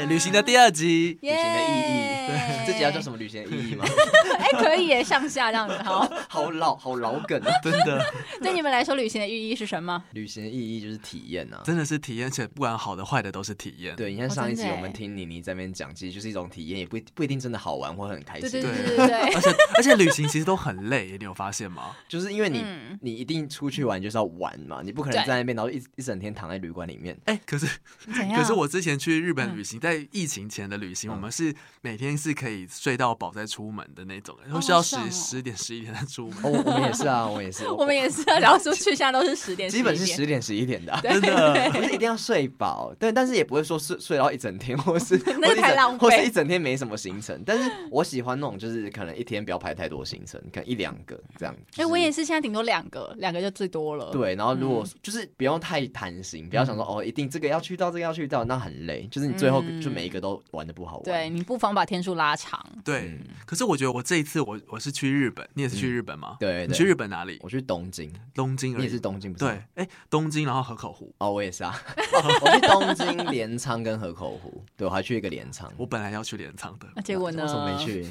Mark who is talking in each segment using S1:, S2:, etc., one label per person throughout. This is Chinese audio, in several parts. S1: 耶！旅行的第二集，旅
S2: 耶
S1: 行的 意义，这集要叫什么？旅行的意义吗？
S2: 哎、可以耶，上下这样子 好。
S1: 好老，好老梗啊！
S3: 真的
S2: 对你们来说，旅行的寓意是什么？
S1: 旅行的意义就是体验啊。
S3: 真的是体验，而且不管好的坏的都是体验。
S1: 对，你看
S2: 哦
S1: 上一
S2: 真的
S1: 集我
S2: 耶
S1: 们听妮妮在那边讲，其实就是一种体验，也不不一定真的好玩或很开
S2: 对
S1: 心。
S2: 对对
S3: 对
S2: 对对对
S3: 而。且而且旅行其实都很累，你有发现吗？
S1: 就是因为你、
S2: 嗯
S1: 你一定出去玩就是要玩嘛，你不可能
S2: 对
S1: 在那边然后一一整天躺在旅馆里面。
S3: 哎、可是
S2: 怎样？
S3: 可是我之前去日本旅行，在疫情前的旅
S1: 嗯
S3: 行，我们是每天是可以睡到饱再出门的那种，然后需要
S2: 好
S3: 十
S2: 爽哦
S3: 十点十一点才出门。
S1: 哦，我们也是啊，我们也是，
S2: 我们也是啊，然后出去现在都是十点，
S1: 基本是
S2: 11点
S1: 十点十一点的、啊。
S2: 对
S3: 真 的
S1: 不是一定要睡饱，但但是也不会说睡睡到一整天，或是
S2: 那
S1: 或是一
S2: 太
S1: 整
S2: 浪
S1: 或是
S2: 费
S1: 一整天没什么行程。但是我喜欢那种，就是可能一天不要排太多行程，可能一两个这样。
S2: 哎、我
S1: 也。
S2: 也是，现在顶多两个，两个就最多了。，嗯
S1: 对，然后如果、就是不用太贪心，不要想说、哦，一定这个要去到，这个要去到，那很累，就是你最后
S2: 嗯
S1: 就每一个都玩的不好玩。
S2: 对，你不妨把天数拉长。
S3: 对，可是我觉得我这一次我我是去日本，你也是去日本吗？
S1: 对嗯对
S3: 你去日本哪里？
S1: 我去东京，
S3: 东京而
S1: 你
S3: 已。
S1: 也是东京不是？
S3: 对，，哎、东京，然后河口湖。
S1: 哦，我也 是啊，我去东京镰仓跟河口湖，对我还去一个镰仓，
S3: 我本来要去镰仓
S1: 啊
S3: 的，
S2: 那结果呢？
S1: 为什么没？去？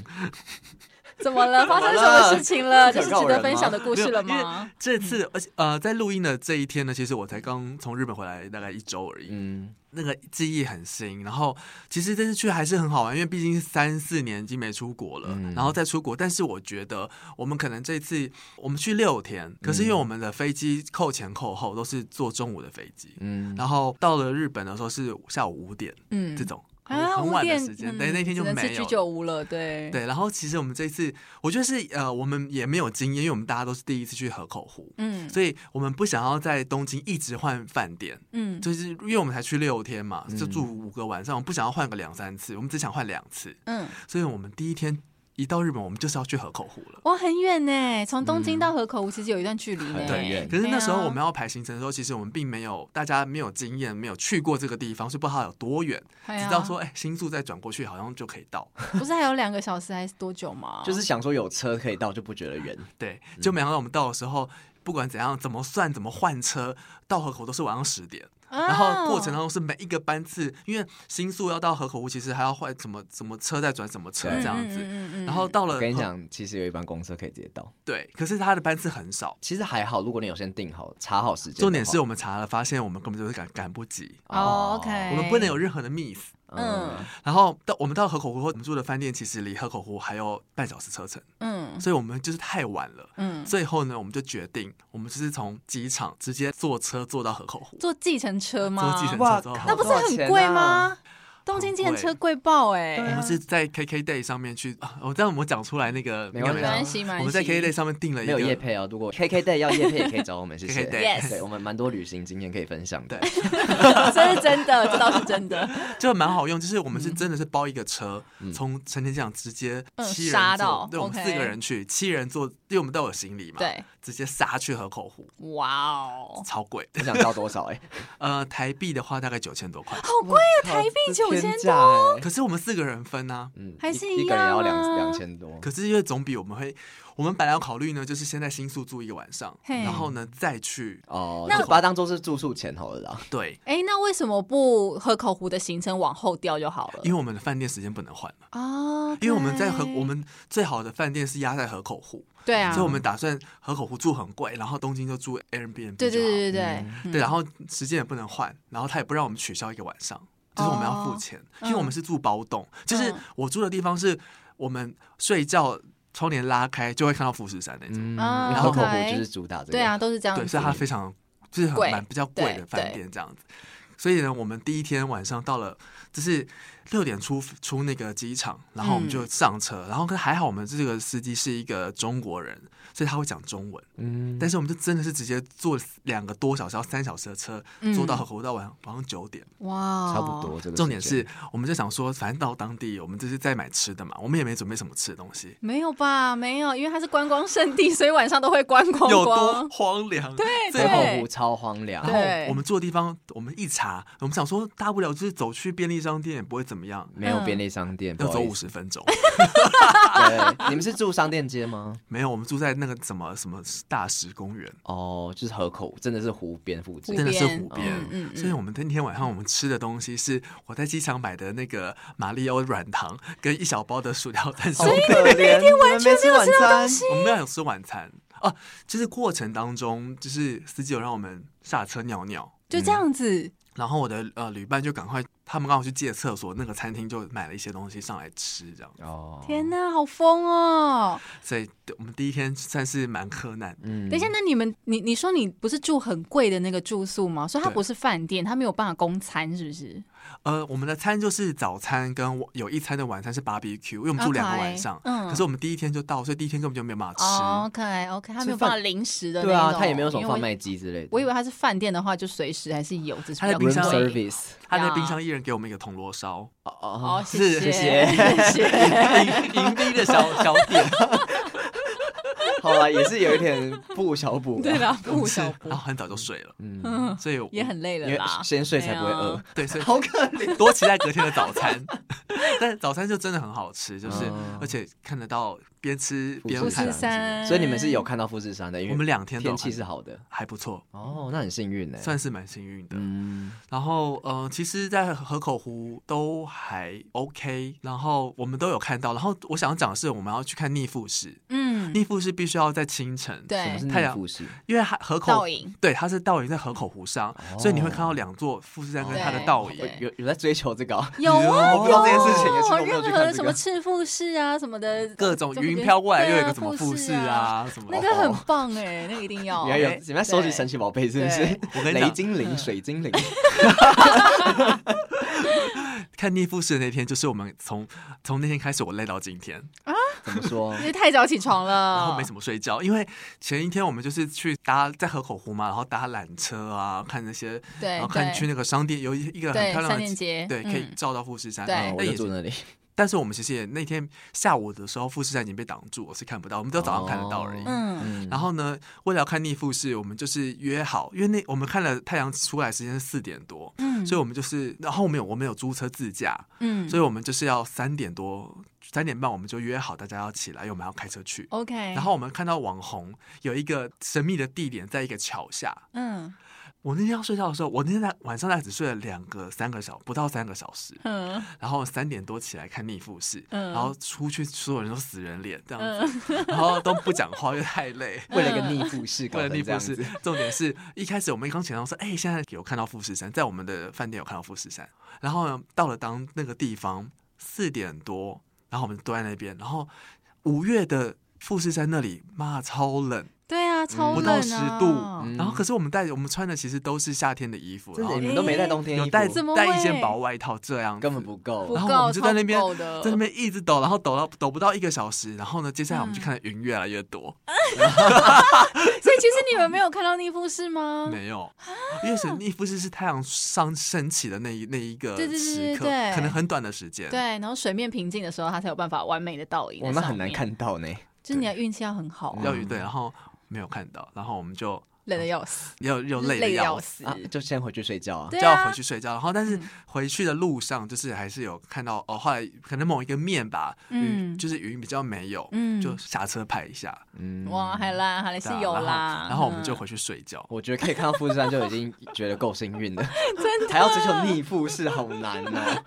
S2: 怎么了？发生什么事情 了？这
S1: 怎
S2: 是
S1: 么了
S2: 值得分享的故
S3: 没有
S2: 事了
S3: 因
S2: 吗
S3: 为？这次，而且呃，在录音的这一天呢，其实我才刚从日本回来，大概一周而已。
S1: 嗯，
S3: 那个记忆很新，然后其实这次去还是很好玩，因为毕竟三四年已经没出国了，
S1: 嗯
S3: 然后再出国。但是我觉得我们可能这次我们去六天，可
S2: 嗯
S3: 是因为我们的飞机扣前扣后都是坐中午的飞机，
S1: 嗯，
S3: 然后到了日本的时候是下午五点、
S2: 嗯
S3: 这种。很
S2: 啊，
S3: 很
S2: 五
S3: 晚的
S2: 点
S3: 时间，
S2: 嗯
S3: 对，那天就
S2: 只能
S3: 没
S2: 去
S3: 有
S2: 居
S3: 了。
S2: 酒屋了，对，
S3: 对，然后其实我们这次，我觉得是呃，我们也没有经验，因为我们大家都是第一次去河口湖，
S2: 嗯
S3: 所以我们不想要在东京一直换饭店，
S2: 嗯，
S3: 就是因为我们才去六天嘛，
S1: 嗯
S3: 就住五个晚上，我们不想要换个两三次，我们只想换两次，
S2: 嗯，
S3: 所以我们第一天一到日本，我们就是要去河口湖了。
S2: 哇，很远呢，从东京到河口湖其实有一段距离呢，
S1: 很远
S3: 嗯可是那时候
S2: 对啊
S3: 我们要排行程的时候，其实我们并没有大家没有经验，没有去过这个地方，所以不知道它有多远，
S2: 对
S3: 只
S2: 啊
S3: 知道说，哎、新宿再转过去好像就可以 到。
S2: 不是还有两个小时还是多久吗？
S1: 就是想说有车可以到就不觉得远，
S3: 对，
S2: 嗯
S3: 就没想到我们到的时候，不管怎样，怎么算，怎么换车，到河口都是晚上十点。
S2: 啊，
S3: 然后过程当中是每一个班次，因为新宿要到河口湖，其实还要换什么什么车再转什么车
S1: 对
S3: 这样
S2: 嗯
S3: 子。
S2: 嗯嗯嗯
S3: 然后到了
S1: 我跟你
S3: 河
S1: 讲，其实有一班公车可以直接到，
S3: 对，可是它的班次很少。
S1: 其实还好，如果你有先定好查好时间的话，哦
S3: 重点是我们查了，发现我们根本就是赶赶不及，
S2: 哦，OK，
S3: 我们不能有任何的 miss。
S2: 嗯
S3: 然后到我们到河口湖后，我们住的饭店其实离河口湖还有半小时车程，
S2: 嗯
S3: 所以我们就是太晚了。
S2: 嗯，
S3: 最后呢，我们就决定，我们就是从机场直接坐车坐到河口湖，
S2: 坐计程车
S3: 坐
S2: 吗？
S3: 计程
S1: 哇
S3: 车之后，
S1: 靠
S2: 那不是很贵吗？东京计程车贵爆哎、
S3: 我们是在 KK Day 上面去，啊我这样我们讲出来那个
S1: 没关系啊
S3: 应该
S2: 没关系没关系
S3: 我们在 KK Day 上面订了一
S1: 没有
S3: 个
S1: 叶配哦，如果 KK Day 要叶配也可以找我们，谢谢。
S3: KK
S2: Yes
S1: 对我们蛮多旅行经验可以分享的。
S3: 对，
S2: 这是真的，这倒是真的。
S3: 就蛮好用，就是我们是真的是包一个车，
S1: 嗯
S3: 从成田机场直接
S2: 嗯
S3: 七人
S2: 杀
S3: 坐
S2: 到，
S3: 对，我们
S2: OK
S3: 四个人去，七人坐，因为我们都有行李嘛，
S2: 对，
S3: 直接杀去河口湖，
S2: 哇哦，
S3: 超贵，
S1: 你想到多少、哎，
S3: 呃，台币的话大概九千多块，
S2: 好贵啊，
S1: 靠
S2: 台币
S1: 这
S2: 九千
S1: 天价
S2: 多，
S1: 哎
S3: 可是我们四个人分呢、
S1: 嗯
S2: 还是
S1: 一
S2: 一
S1: 一个人也要
S2: 样
S1: 两
S2: 啊
S1: 两千多。
S3: 可是因为总比我们会，我们本来要考虑呢，就是先在新宿住一个晚上，
S2: 嘿
S3: 然后呢再去
S1: 哦，
S2: 那
S1: 就把它当做是住宿钱好了啦。
S3: 对，
S2: 哎、那为什么不河口湖的行程往后调就好了？
S3: 因为我们的饭店时间不能换了，
S2: 哦，
S3: 因为我们在河，
S2: 对
S3: 我们最好的饭店是压在河口湖，
S2: 对啊，
S3: 所以我们打算河口湖住很贵，然后东京就住 Airbnb
S2: 对对
S3: 就好
S2: 对对对嗯对，
S3: 嗯
S1: 嗯
S3: 对，啊然后时间也不能换，然后他也不让我们取消一个晚上，就是我们要
S2: 哦
S3: 付钱，因
S2: 嗯
S3: 为我们是住包栋，就是我住的地方是我们睡觉窗帘拉开就会看到富士山那种，
S1: 嗯，
S2: 啊
S1: 然后口湖
S2: OK
S1: 就是主打这个。
S2: 啊对啊，，都是这样
S3: 对，
S2: 子
S3: 所以。它非常就是很
S2: 贵
S3: 蛮比较贵的
S2: 对
S3: 饭店这样子。所以呢，我们第一天晚上到了，就是六点出出那个机场，然后我们
S2: 嗯
S3: 就上车，然后可是还好我们这个司机是一个中国人，所以他会讲中文，
S1: 嗯，
S3: 但是我们就真的是直接坐两个多小时到三小时的车，坐到
S2: 嗯
S3: 河到晚晚上九点。
S2: 哇，
S1: 差不嗯多。这个
S3: 重点
S1: 时间
S3: 是，我们就想说，反正到当地我们就是在买吃的嘛，我们也没准备什么吃的东西，
S2: 没有吧？没有，因为它是观光圣地，所以晚上都会观光
S3: 有多
S2: 光。
S3: 荒凉？对
S2: 对
S1: 河口湖超荒凉
S3: 然，
S2: 对
S3: 后我们住的地方，我们一查，我们想说，大不了就是走去便利商店也不会怎么样，
S1: 没
S2: 嗯
S1: 有便利商店，嗯
S3: 要
S1: 不好
S3: 走
S1: 意
S3: 五
S1: 思。
S3: 十分钟。
S1: 对，你们是住商店街吗？
S3: 没有，我们住在那个什么什么大石公园，
S1: 哦，就是河口，真的是湖边附近
S2: 湖
S3: 真。的是
S2: 边
S3: 湖边。
S2: 嗯嗯嗯
S3: 所以我们那天晚上我们吃的东西是我在机场买的那个马里奥软糖跟一小包的薯条
S2: 哦
S3: 蛋
S1: 好
S3: 酥。
S1: 可怜，你们没吃晚餐，
S3: 我们没有吃晚餐哦、就是过程当中，就是司机有让我们下车尿尿。
S2: 就这样
S1: 嗯
S2: 子，
S3: 然后我的呃旅伴就赶快，他们刚好去借厕所，那个餐厅就买了一些东西上来吃，这样。
S1: 哦，
S2: 天哪，好疯哦！
S3: 所以我们第一天算是蛮困难的。
S1: 嗯
S2: 等一下，，那你们，你你说你不是住很贵的那个住宿吗？所以它
S3: 对
S2: 不是饭店，它没有办法供餐，是不是？
S3: 呃，我们的餐就是早餐跟我有一餐的晚餐是 BBQ，因为我们住两个晚上
S2: OK，嗯
S3: 可是我们第一天就到，所以第一天根本就没有办法吃。
S2: 哦，OK OK，它没有
S1: 吃饭
S2: 办法零食的那
S1: 对
S2: 种，
S1: 啊，他也没有什
S2: 因
S1: 么
S2: 为我
S1: 贩卖机之类的。
S2: 我以为它是饭店的话，就随时还是有，只是
S3: 它
S2: 比
S3: 的
S2: 较
S1: room
S3: 冰箱
S2: 贵。
S1: service
S3: 他在冰箱一人给我们一个铜锣烧，
S1: 哦
S2: 哦，
S1: 哦，
S2: 谢
S3: 是
S2: 谢
S3: 谢
S1: 谢
S2: 谢。
S3: 迎宾的小小点，
S1: 好了，也是有一点不无小补。
S2: 对，啦，不
S3: 是
S2: 小不
S3: 然后，很早就睡了，
S1: 嗯，
S2: 嗯，
S3: 所以我
S2: 也很累了
S1: 因为
S2: 啦。
S1: 先睡才不会饿。
S3: 对，所以
S1: 好可怜，
S3: 多期待隔天的早餐。 但早餐就真的很好吃，就是、
S1: 嗯
S3: 而且看得到边吃边
S1: 富
S2: 富
S1: 士山
S3: 看
S2: 士，山，
S1: 所以你们是有看到富士山的，因为
S3: 我们两天都有
S1: 天气是好的。
S3: 还不错，
S1: 哦，那很幸运呢。
S3: 算是蛮幸运的。
S1: 嗯，
S3: 然后，呃，其实，在河口湖都还 OK，然后我们都有看到。然后我想讲的是，我们要去看逆富士，
S2: 嗯，
S3: 逆富士必须要在清晨，，
S1: 什么
S2: 对
S1: 是
S3: 太
S1: 逆
S3: 阳
S1: 富士？
S3: 因为它河口
S2: 倒影，
S3: 对，它是倒影在河口湖上，
S1: 哦
S3: 所以你会看到两座富士山跟它的倒影。
S2: 对
S1: 有有在追求这个哦？
S2: 有啊
S1: 我不知道这件事情，也是我没有
S2: 任
S1: 去
S2: 何
S1: 看
S2: 的
S1: 这
S2: 什么
S1: 个。
S2: 赤富士啊什么的，
S3: 各种
S2: 就
S3: 云飘过来，
S2: 对啊
S3: 又有一个什么富
S2: 富
S3: 士
S2: 士
S3: 啊，什么
S2: 那个很棒哎，那个一 定要。
S1: 原来有你们在收集神奇宝贝是不是
S2: 对？
S3: 我跟你讲
S1: 雷精灵、水精灵，
S3: 看逆富士的那天，就是我们从从那天开始，我累到今天，
S1: 怎么说
S2: 因？为太早起床了，
S3: 然后没什么睡觉，因为前一天我们就是去搭在河口湖嘛，然后搭缆车啊，看那些，
S2: 对
S3: 然后看
S2: 对
S3: 去那个商店，有一一个很
S2: 对
S3: 漂亮
S2: 三
S3: 的
S2: 年节，
S3: 对，可以
S2: 嗯
S3: 照到富士山。
S2: 对
S3: 嗯
S1: 嗯我
S3: 那
S1: 就
S3: 也
S1: 住
S3: 是，
S1: 那里。
S3: 但是我们其实也那天下午的时候，富士山已经被挡住，我是看不到，我们只有早上看得到而已。
S1: 哦
S2: 嗯，
S1: 嗯
S3: 然后呢，为了要看逆富士，我们就是约好，因为那我们看了太阳出来时间是四点多，
S2: 嗯
S3: 所以我们就是，然后我们有我们有租车自驾，
S2: 嗯，
S3: 所以我们就是要三点多、三点半，我们就约好大家要起来，因为我们要开车去。
S2: OK，
S3: 然后我们看到网红有一个神秘的地点，在一个桥下。
S2: 嗯
S3: 我那天要睡觉的时候，我那天在晚上大概只睡了两个、三个小，不到三个小时。
S2: 嗯
S3: 然后三点多起来看逆富士，
S2: 嗯
S3: 然后出去所有人都死人脸这样子，然后都不讲话，因为太累。
S1: 为了一个逆富士，搞
S3: 为了
S1: 成
S3: 逆
S1: 这
S3: 富
S1: 样子
S3: 士，重点是一开始我们刚前到说，哎、现在有看到富士山，在我们的饭店有看到富士山，然后呢，到了当那个地方四点多，然后我们都在那边，然后五月的富士山那里，妈超冷，
S2: 对啊，超
S3: 嗯不
S2: 冷
S3: 到
S2: 啊，
S3: 十度，
S1: 嗯
S3: 然后可是我们带我们穿的其实都是夏天的衣服，
S1: 真
S3: 然
S1: 的
S3: 后
S1: 你们都没带冬天衣
S3: 有
S1: 服，
S3: 带
S2: 怎么会
S3: 带一件薄外套这样，
S1: 根本。不够
S2: 不
S3: 然。后
S2: 够
S3: 我们就在那边
S2: 超不够的
S3: 在那边一直抖，然后抖到抖不到一个小时，然后呢，接下来
S2: 嗯
S3: 我们就看云越来越多，
S2: 所以其实你们没有看到逆富士吗？啊
S3: 没有，因为神逆富士是太阳上升起的那一那一个
S2: 对对对
S3: 时刻
S2: 对对，对
S3: 可能很短的时间。
S2: 对，然后水面平静的时候，它才有办法完美的倒影。
S1: 哦哇，那很难，看到呢。
S2: 就是你的运气要很好啊，
S3: 要鱼对，然后没有看到，然后我们就
S2: 累的要死，
S3: 又又累
S2: 的
S3: 得要死，
S2: 死
S1: 啊，就先回去睡觉啊。
S2: 对
S3: 就
S2: 啊嗯
S3: 要回去睡觉。然后但是回去的路上，就是还是有看到哦，后来可能某一个面吧，云
S2: 嗯
S3: 就是云比较没有，
S2: 嗯
S3: 就下车拍一下，
S1: 嗯，
S2: 哇，还啦，还是
S3: 对啊
S2: 有
S3: 然后
S2: 啦。
S3: 然后我们就
S2: 嗯
S3: 回去睡觉。
S1: 我觉得可以看到富士山就已经觉得够幸运了，真的，还要追求逆富士，好难哦，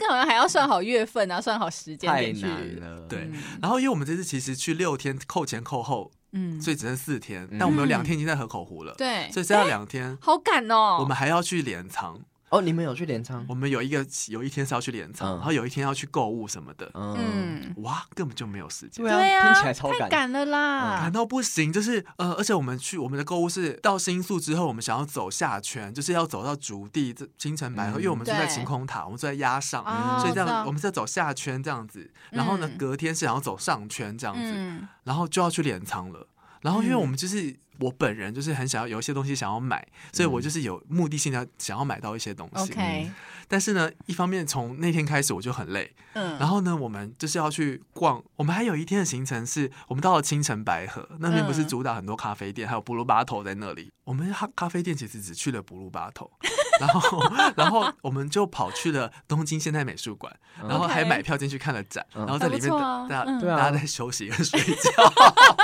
S2: 这个好像还要算好月份啊，算好时间
S1: 太
S2: 点去。
S1: 难了。
S3: 对，然后因为我们这次其实去六天，扣前扣后，
S2: 嗯，
S3: 所以只剩四天
S1: 嗯，
S3: 但我们有两天已经在河口湖了，
S2: 对
S3: 所以剩下两天
S2: 好赶哦。嗯
S3: 我们还要去镰仓。
S1: 哦，你们有去镰仓？
S3: 我们有一个有一天是要去镰仓，
S1: 嗯
S3: 然后有一天要去购物什么的，
S1: 嗯，
S2: 嗯，
S3: 哇，根本就没有时间。
S2: 对啊
S1: 听起来超
S2: 太
S1: 感。
S2: 赶了啦
S3: 难。道不行？就是呃，而且我们去我们的购物是到新宿之后，我们想要走下圈，就是要走到竹地这青城白河，
S1: 嗯
S3: 因为我们住在
S2: 对
S3: 晴空塔，我们住在压上，
S2: 哦
S3: 所以这
S2: 知道
S3: 样我们是要走下圈这样子。然后呢，
S2: 嗯
S3: 隔天是想要走上圈这样子，
S2: 嗯，
S3: 然后就要去镰仓了。然后因为
S2: 嗯
S3: 我们就是、我本人就是很想要有一些东西想要买，所以我就是有目的性的想要买到一些东西。
S2: 嗯
S3: 嗯
S2: OK，
S3: 但是呢，一方面从那天开始我就很累，
S2: 嗯，
S3: 然后呢，我们就是要去逛。我们还有一天的行程是，我们到了青城白河那边，不是
S2: 嗯
S3: 主打很多咖啡店，还有布鲁巴头在那里。我们咖咖啡店其实只去了布鲁巴头， 然后然后我们就跑去了东京现代美术馆，
S1: 嗯
S3: 然后还
S2: OK
S3: 买票进去看了展，
S1: 嗯
S3: 然后在里面
S2: 还不错啊
S3: 大
S2: 嗯
S3: 大
S1: 对啊
S3: 大家在休息跟睡觉，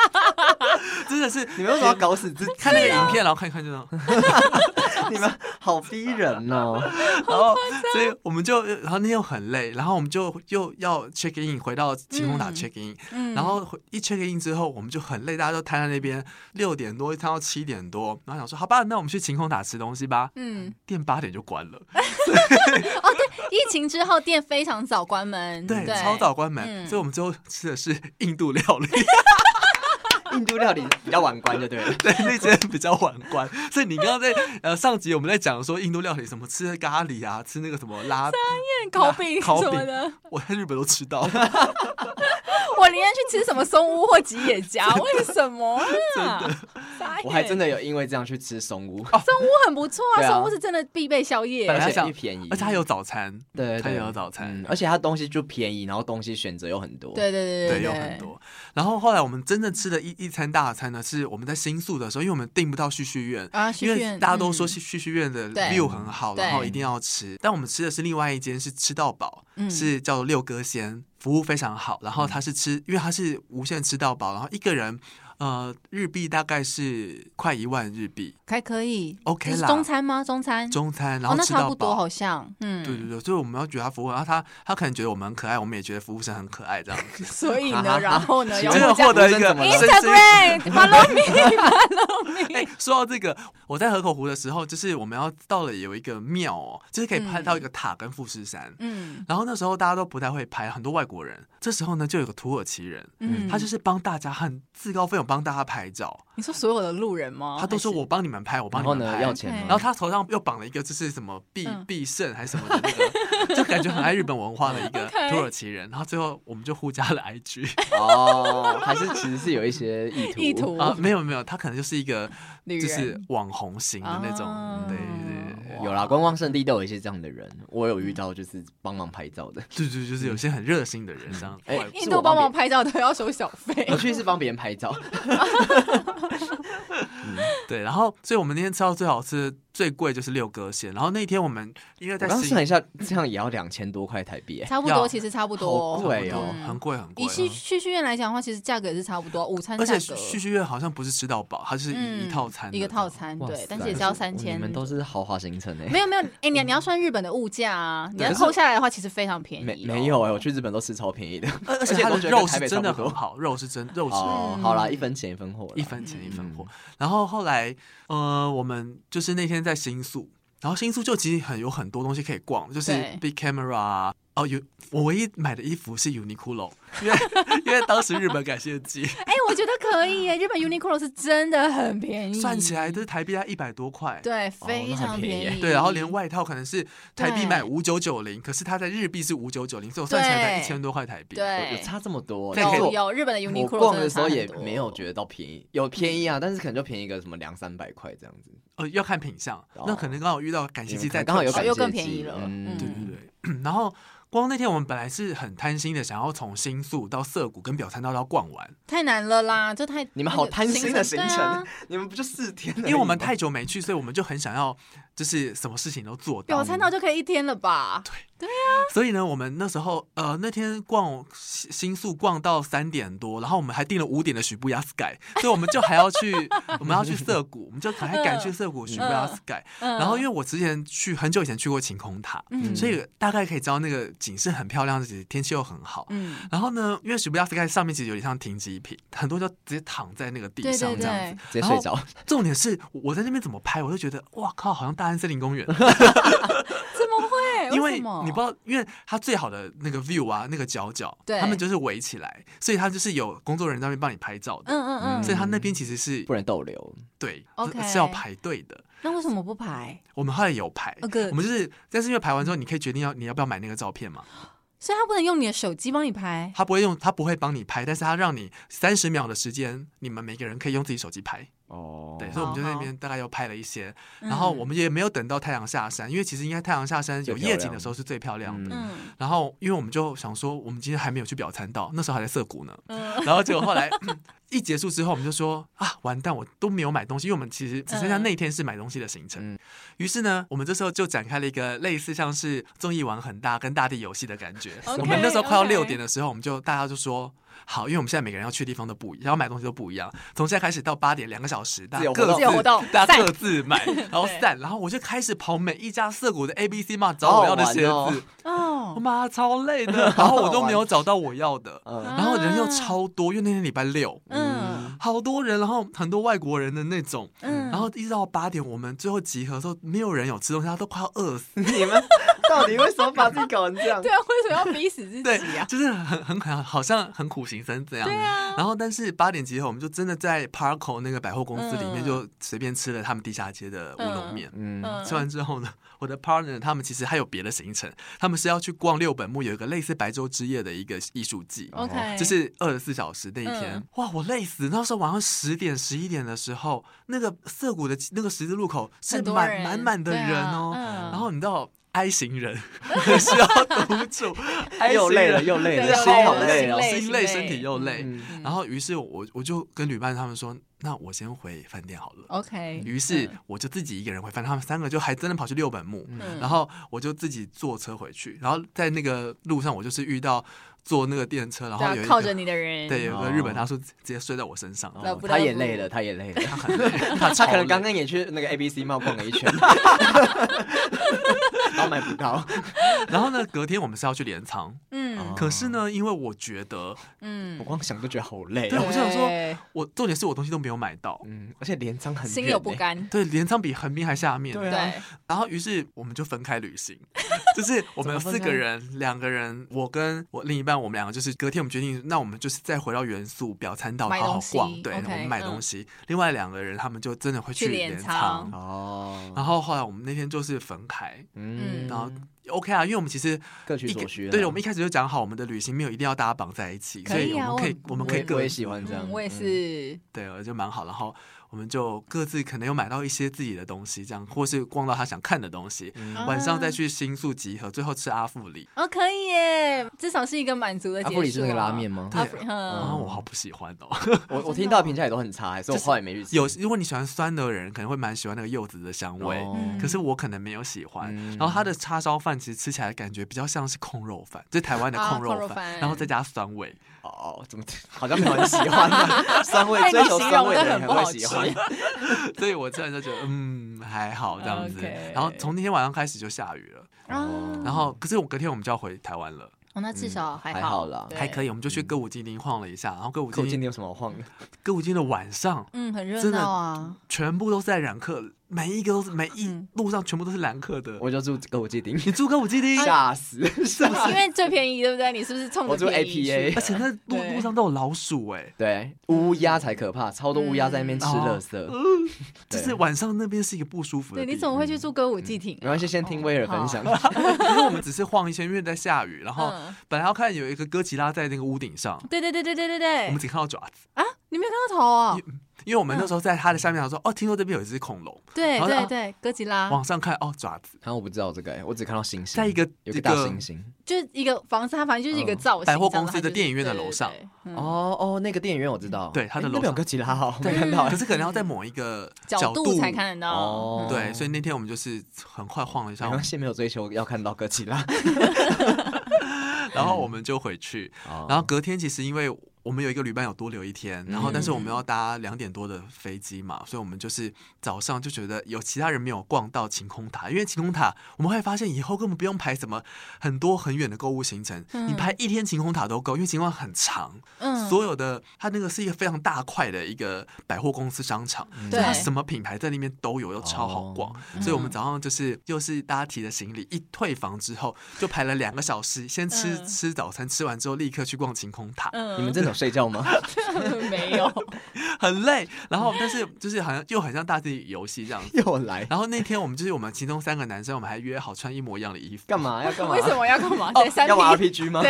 S3: 真的是
S1: 你们为什么要搞死自己？啊
S3: 看那个影片，然后看一看就这样。
S1: 你们好逼人哦！
S3: 然后，所以我们就，然后那天又很累，然后我们就又要 check in，回到晴空塔
S2: 嗯
S3: check in，、
S2: 嗯
S3: 然后回一 check in 之后，我们就很累，大家都瘫在那边，六点多瘫到七点多，然后想说，好吧，那我们去晴空塔吃东西吧。
S2: 嗯，
S3: 店八点就关了，
S2: 疫情之后店非常早关门，
S3: 对，
S2: 对，
S3: 超早关门，
S2: 嗯
S3: 所以我们最后吃的是印度料理，
S1: 印度料理比较晚关就 对了。
S3: 对，那间比较晚关。所以你刚刚在呃上集我们在讲说印度料理什么吃咖喱啊，吃那个什么拉，
S2: 烤饼
S3: 烤
S2: 什
S3: 饼
S2: 么 的，
S3: 我在日本都吃到，
S2: 我宁愿去吃什么松屋或吉野家，为什么 啊？傻眼
S1: 我还真的有因为这样去吃松屋，
S2: 松屋很不错啊，
S1: 对啊
S2: 松屋是真的必备宵夜
S3: 本。来
S1: 而且
S3: 想
S1: 也便宜，
S3: 而且它有早餐，
S1: 对，
S3: 它
S1: 对
S3: 也有早餐
S1: 嗯，而且它东西就便宜，然后东西选择又很多。
S2: 对对对
S3: 对，有很。多。然后后来我们真正吃的一一餐大餐呢，是我们在新宿的时候，因为我们订不到旭旭苑。
S2: 啊，
S3: 因为大家都说
S2: 是，
S3: 旭旭旭苑的
S2: 对
S3: view 很好，
S2: 对
S3: 然后一定要吃。但我们吃的是另外一间，是吃到饱，
S2: 嗯
S3: 是叫做六哥鲜，服务非常好。然后它是吃，因为它是无限吃到饱，然后一个人呃日币大概是快一万日币，
S2: 还可以
S3: OK
S2: 这是
S3: 啦
S2: 中餐吗？中餐，
S3: 中餐然
S2: 哦，
S3: 后
S2: 那
S3: 吃
S2: 差
S3: 到
S2: 不多
S3: 饱。
S2: 好像，嗯，
S3: 对对对，所以我们要觉得他服务很好，然后他他可能觉得我们很可爱，我们也觉得服务生很可爱这样 子。
S2: 所以
S1: 哈哈
S2: 呢，
S1: 哈
S2: 然后呢，
S1: 请
S2: 有
S1: 问
S3: 这个
S2: 互相
S3: 获得一个
S1: 服务生怎么了
S3: 深深
S2: Instagram follow me，follow
S3: 哎、
S2: me，
S3: 说到这个，我在河口湖的时候，就是我们要到了有一个庙哦，就是可以拍到一个塔跟富士山。
S2: 嗯
S3: 然后那时候大家都不太会拍，很多外国人。这时候呢，就有个土耳其人，
S2: 嗯，
S3: 他就是帮大家很自告奋勇帮大家拍照。
S2: 你说所有的路人吗？
S3: 他都说
S2: 还是
S3: 我帮你们拍，我帮
S1: 然
S3: 你
S1: 后
S3: 们
S1: 呢，
S3: 拍。
S1: 要钱吗？
S2: 嗯
S3: 然后他头上又绑了一个，就是什么必
S2: 嗯
S3: 必胜还是什么的那个，就 感觉很爱日本文化的一个
S2: OK
S3: 土耳其人。然后最后我们就互加了 IG
S1: 哦，还是其实是有一些意图。
S2: 意图
S3: 啊，没有没有，他可能就是一个
S2: 女
S3: 就是
S2: 人
S3: 网红型的那种，
S2: 哦
S3: 对对对对。
S1: 有啦，观光圣地都有一些这样的人，我有遇到就是帮忙拍照的。
S3: 对对，就是有些很热心的人这样。
S1: 哎
S3: 外
S2: 印度帮忙拍照都要收小费，
S1: 我去是帮别人拍 照，
S3: 对，然后所以我们那天吃到最好吃、最贵就是六哥鲜。然后那天我们因为
S1: 我
S3: 在
S1: 刚
S3: 新
S1: 算一下，这样也要两千多块台币、哎
S2: 差不
S3: 要
S2: 多，其实差不多，
S1: 好贵哦
S3: 很贵很贵嗯
S2: 以。去去剧院来讲的话，其实价格也是差不多，午餐
S3: 而
S2: 价
S3: 且
S2: 格
S3: 旭旭苑好像不是吃到饱，它就是一一套餐，
S2: 嗯一个套。餐，
S1: 哇
S2: 对
S1: 塞，
S2: 但是也是要三
S1: 你
S2: 千。
S1: 们都是豪华行程哎、
S2: 没有没有，哎，
S3: 嗯
S2: 你你要算日本的物价啊，你要
S1: 可是
S2: 扣下来的话，其实非常便宜。哦
S1: 没没有哎、我去日本都吃超便宜的。
S3: 而而
S1: 且
S3: 且它
S1: 都
S3: 的
S1: 觉得
S3: 肉
S1: 跟台
S3: 是
S1: 北
S3: 真的
S1: 差不多
S3: 很好，肉是真肉是
S1: 哦，好啦，一分钱一分货啦，
S3: 一分钱一分货
S1: 嗯。
S3: 然后后来，呃，我们就是那天在新宿，然后新宿就其实很有很多东西可以逛，就是
S2: 对
S3: Big Camera 啊哦，有我唯一买的衣服是 Uniqlo，因为 因为当时日本感谢季，
S2: 哎，我觉得可以耶，日本 Uniqlo 是真的很便宜，
S3: 算起来都是台币要一百多块。
S2: 嗯对，
S1: 哦那
S2: 非
S1: 很
S2: 常
S1: 便宜耶
S2: 便宜。
S3: 对，然后连外套可能是台币
S2: 对
S3: 买五九九零，可是它在日币是五九九零，所以我算起来才一
S2: 对
S3: 千多块台币。
S1: 有有
S2: 对
S1: 差这么多、
S3: 但
S1: 但是
S3: 可
S2: 有
S3: 以
S1: 我
S2: 有日本的
S1: 我
S2: Uniqlo
S1: 逛
S2: 真
S1: 的时候
S2: 差很
S1: 也
S2: 多
S1: 没有觉得到便宜，有便宜啊，但是可能就便宜个什么两三百块这样子。
S3: 呃，要看品相，那可能刚好遇到感
S1: 哦
S3: 谢
S1: 因
S3: 季
S1: 为
S3: 在
S1: 刚好有
S3: 特
S1: 感
S3: 价
S2: 又
S1: 谢
S2: 更
S1: 季
S2: 便宜了
S1: 嗯，
S3: 对对对。 然后光那天我们本来是很贪心的，想要从新宿到涩谷跟表参道到逛完，
S2: 太难了啦，这太
S1: 你们好贪心的行程，
S2: 对啊
S1: 你们不就四天而已吗？
S3: 因为我们太久没去，所以我们就很想要就是什么事情都做到
S2: 表。参道就可以一天了吧？
S3: 所以呢，我们那时候呃那天逛新新宿逛到三点多，然后我们还订了五点的许布亚 sky，所以我们就还要去我们要去涩谷，我们就还赶去涩谷许布亚 sky。
S2: 嗯
S3: 然后因为我之前去很久以前去过晴空塔，
S2: 嗯
S3: 所以大概可以知道那个景是很漂亮，而且天气又很好。
S2: 嗯，
S3: 然后呢，因为许布亚 sky 上面其实有点像停机坪，很多人就直接躺在那个地
S2: 对
S3: 上
S2: 对
S3: 这样子。
S2: 对，
S1: 直接睡着。
S3: 重点是我在那边怎么拍，我就觉得哇靠，好像大安森林公园。因
S2: 为
S3: 为
S2: 什么
S3: 你不知道，因为它最好的那个 view 啊，那个角角，
S2: 对
S3: 他们就是围起来，所以它就是有工作人员在那边帮你拍照的，
S2: 嗯嗯嗯，
S3: 所以它那边其实是
S1: 不能逗留。
S3: 对
S2: OK
S3: 是要排队的。
S2: 那为什么不排？
S3: 我们后来有排，
S2: 哦，good
S3: 我们就是，但是因为排完之后，你可以决定要你要不要买那个照片嘛。
S2: 所以他不能用你的手机帮你拍，
S3: 他不会用，他不会帮你拍，但是他让你三十秒的时间，你们每个人可以用自己手机拍。
S1: 哦，
S3: 对，所以我们就在那
S2: 好
S3: 边大概又拍了一些，
S2: 嗯
S3: 然后我们也没有等到太阳下山，因为其实应该太阳下山有夜
S1: 最漂
S3: 景
S1: 亮
S3: 的时候是最漂亮的。
S2: 嗯
S3: 然后，因为我们就想说，我们今天还没有去表参道，那时候还在涩谷呢。
S2: 嗯
S3: 然后结果后来一结束之后，我们就说啊，完蛋，我都没有买东西，因为我们其实只
S2: 嗯
S3: 剩下那一天是买东西的行程
S1: 嗯。
S3: 于是呢，我们这时候就展开了一个类似像是综艺玩很大跟大地游戏的感觉。
S2: OK，
S3: 我们那时候快要
S2: OK
S3: 六点的时候，我们就大家就说。好，因为我们现在每个人要去的地方都不一样，要买东西都不一样。从现在开始到八点两个小时，大
S1: 自
S3: 家
S1: 由活
S3: 各
S1: 动
S3: 自
S2: 自由活动
S3: 大家
S2: 散
S3: 各自买，然 后散。然后我就开始跑每一家涩谷的 A B C 嘛，找我要的鞋
S1: 好好玩
S3: 子
S1: 哦。
S3: 我
S2: 哦，
S3: 妈超累 的，然后我都没有找到我要的。
S1: 嗯，
S3: 然后人又
S2: 啊
S3: 超多，因为那天礼拜六，
S2: 嗯
S3: 好多人，然后很多外国人的那种，
S2: 嗯，
S3: 然后一直到八点，我们最后集合的时候，没有人有吃东西，他都快要饿死。
S1: 你们到底为什么把自己搞成这样？
S2: 对啊，为什么要逼死自
S3: 对
S2: 己，啊？
S3: 就是很很很好像很苦行僧这样。然后，但是八点集合，我们就真的在 Parco 那个百货公司里
S2: 嗯
S3: 面就随便吃了他们地下街的乌龙面。
S1: 嗯
S2: 嗯
S3: 吃完之后呢，我的 partner 他们其实还有别的行程，他们是要去逛六本木，有一个类似白昼之夜的一个艺术季。
S2: ，OK，
S3: 就是二十四小时那一天，
S2: 嗯
S3: 哇，我累死！那时候晚上十点、十一点的时候，那个涩谷的那个十字路口是
S2: 很多
S3: 满
S2: 人
S3: 满满的
S2: 对啊
S3: 人哦。
S2: 嗯
S3: 然后你知道，I 型人 需要独处，I
S1: 又累了
S3: 型人
S1: 又累
S2: 对
S1: 了，
S2: 又
S1: 心
S2: 累
S1: 好
S2: 了
S1: 累
S2: 心
S1: 哦。
S2: 累
S3: 啊心累，身体又累。
S1: 嗯
S3: 然后于是我我就跟旅伴他们说，那我先回饭店好了。
S2: 哦 OK，
S3: 于是我就自己一个人回饭店，他们三个就还真的跑去六本木，
S2: 嗯
S3: 然后我就自己坐车回去，然后在那个路上我就是遇到坐那个电车，然
S2: 对
S3: 后
S2: 啊
S3: 有一，个
S2: 靠着你的人，
S3: 对，有个
S1: 哦
S3: 日本大叔直接睡在我身上，嗯
S2: 那不得
S1: 他也
S2: 不
S1: 累了，他也累了，
S3: 他很累，
S1: 他他可
S3: 超累
S1: 能刚刚也去那个 A B C 猫逛了一圈，然后买不到。
S3: 然后呢，隔天我们是要去镰仓，
S2: 嗯
S1: 哦
S3: 可是呢，因为我觉得
S2: 嗯
S1: 我，光想都觉得好累
S3: 对
S1: 哦。
S3: 我就想说
S2: 对
S3: 我重点是我东西都没有买到，
S1: 嗯，而且镰仓很
S2: 心
S1: 远
S2: 有不
S1: 欸。
S2: 甘，
S3: 对，镰仓比横滨还下面，
S1: 对啊
S2: 对，
S3: 然后于是我们就分开旅行， 就是我们有四个人，两个人，我跟我另一半，我们两个就是隔天我们决定，那我们就是再回到元素表参道
S2: 买
S3: 好好
S2: 东西
S3: 逛，对，我
S2: OK，
S3: 们买东
S2: 嗯
S3: 西。另外两个人他们就真的会
S2: 去镰
S3: 镰
S2: 仓
S3: 仓，
S1: 哦，
S3: 然后后来我们那天就是分开。
S2: 嗯
S3: 然后 OK 啊，因为我们其实
S1: 各取
S3: 一
S1: 所
S3: 个
S1: 需啦。
S3: 对，我们一开始就讲好，我们的旅行没有一定要大家绑在一起，
S2: 可以
S3: 所以
S2: 啊
S3: 我们可以
S2: 我
S3: 我们
S1: 我
S3: 可以
S1: 也我
S3: 各
S1: 也喜欢这样。
S2: 嗯，我也
S1: 嗯
S2: 是，
S3: 对，呃就蛮好。然后我们就各自可能有买到一些自己的东西，这样或是逛到他想看的东西，
S2: 啊
S1: 嗯
S3: 晚上再去新宿集合，最后吃阿富里。
S2: 哦，可以耶，至少是一个满足的
S1: 阿
S2: 结束啊。
S1: 布里是那个拉面吗？
S2: 阿
S3: 对
S2: 芙里，
S3: 啊，
S2: 嗯，
S3: 我好不喜欢哦。
S1: 我我听到的评价也都很差欸，所以我后来也没去吃。
S3: 有，如果你喜欢酸的人，可能会蛮喜欢那个柚子的香味。
S1: 哦
S2: 嗯
S3: 可是我可能没有喜欢，
S1: 嗯
S3: 然后它的叉烧饭其实吃起来感觉比较像是控肉饭，就是台湾的
S2: 啊
S3: 控肉
S2: 控肉
S3: 饭，
S2: 饭
S3: 然后再加酸味。
S1: 哦，怎么好像没有人喜欢呢？酸味
S2: 哎
S1: 追
S2: 你
S1: 求
S2: 形
S1: 酸
S2: 容
S1: 味
S2: 得
S1: 的人
S2: 很
S1: 还
S2: 不
S1: 会
S2: 好
S1: 喜
S2: 吃
S1: 欢。
S3: 所以我突然就觉得，嗯，还好这样子。
S2: OK
S3: 然后从那天晚上开始就下雨了，
S2: 啊，
S1: 哦
S3: 然后可是我隔天我们就要回台湾了，
S2: 哦，那至少
S1: 还
S2: 好
S1: 好啦
S3: 嗯还可
S2: 以，
S3: 以，我们就去歌舞伎町晃了一下，然后歌舞
S1: 可
S3: 伎
S1: 我今
S3: 町
S1: 天有什么好晃的？
S3: 歌舞伎町的晚上
S2: 嗯，很热
S3: 真的
S2: 闹 啊，
S3: 全部都是在染客，每一个都是每一
S2: 嗯
S3: 路上全部都是染客的。
S1: 我就住歌舞伎町，
S2: 啊
S3: 你住歌舞伎町，
S1: 吓死！吓死
S2: 因为最便宜，对不对？你是不是冲
S1: 我
S2: 着
S1: 住
S2: 便宜去
S1: APA
S3: 而且那路
S2: 对
S3: 路上都有老鼠哎、
S1: 对，乌鸦才可怕，超多乌鸦在那边吃
S3: 嗯
S1: 垃圾。
S3: 就是晚上那边是一个不舒服的
S2: 对，
S3: 地方。
S2: 你怎么会去住歌舞伎町啊
S3: 嗯
S1: 没？关系，先听威尔分享。
S3: 可是我们只是晃一圈，因为在下雨，然后
S2: 嗯
S3: 本来要看有一个哥吉拉在那个屋顶上，
S2: 对对对对对对
S3: 我
S2: 对
S3: 们，只看到爪子，
S2: 啊，你没有看到头哦？
S3: 因为我们那时候在它的下面，想说哦，听说这边有一只恐龙，
S2: 对
S3: 然后
S2: 对
S3: 啊
S2: 对，哥吉拉
S3: 往上看哦，爪子，
S1: 然后我不知道这个欸，我只看到星星。
S3: 在一个
S1: 有
S3: 一
S1: 个大猩猩。
S2: 就是一个房子，它反正就是一个
S1: 嗯
S2: 造型这
S3: 百
S2: 样子。
S3: 货公司
S2: 它
S3: 的
S2: 就是
S3: 电影院的楼上，
S2: 对对对嗯
S1: 哦哦，那个电影院我知道，
S3: 嗯对它的
S1: 诶
S3: 楼
S1: 那边有
S3: 上
S1: 哥吉拉哦，我没
S2: 对
S1: 看到
S3: 可
S1: 欸。
S3: 是可能要在某一个
S2: 角
S3: 度
S2: 度才。看得到
S1: 哦。
S2: 嗯
S3: 对，所以那天我们就是很快晃了一下
S1: 没，关系，没有追求要看到哥吉拉。
S3: 然后我们就回去。
S1: 然
S3: 哦然后隔天其实因为我们有一个旅伴有多留一天，
S1: 嗯
S3: 然后但是我们要搭两点多的飞机嘛，所以我们就是早上就觉得有其他人没有逛到晴空塔，因为晴空塔我们会发现以后根本不用排什么很多很远的购物行程，
S2: 嗯
S3: 你排一天晴空塔都够，因为晴空塔很长，
S2: 嗯
S3: 所有的它那个是一个非常大块的一个百货公司商场，
S1: 嗯哦
S3: 所以它
S2: 对嗯
S3: 什么品牌在那边都有，又超好逛。所以我们早上就是又是大家提着行李，一退房之后就排了两个小时，先吃、
S2: 嗯
S3: 吃早餐，吃完之后立刻去逛晴空塔，
S2: 嗯
S1: 你们真的有睡觉吗？
S2: 没有，
S3: 很累。然后但是就是好像又很像大地游戏这样子。
S1: 又来
S3: 然后那天我们就是我们其中三个男生，我们还约好穿一模一样的衣服。
S1: 干？嘛要干嘛？
S2: 为什么要干嘛？
S1: 哦
S2: 对，三
S1: 要
S2: P
S1: 玩 RPG 吗？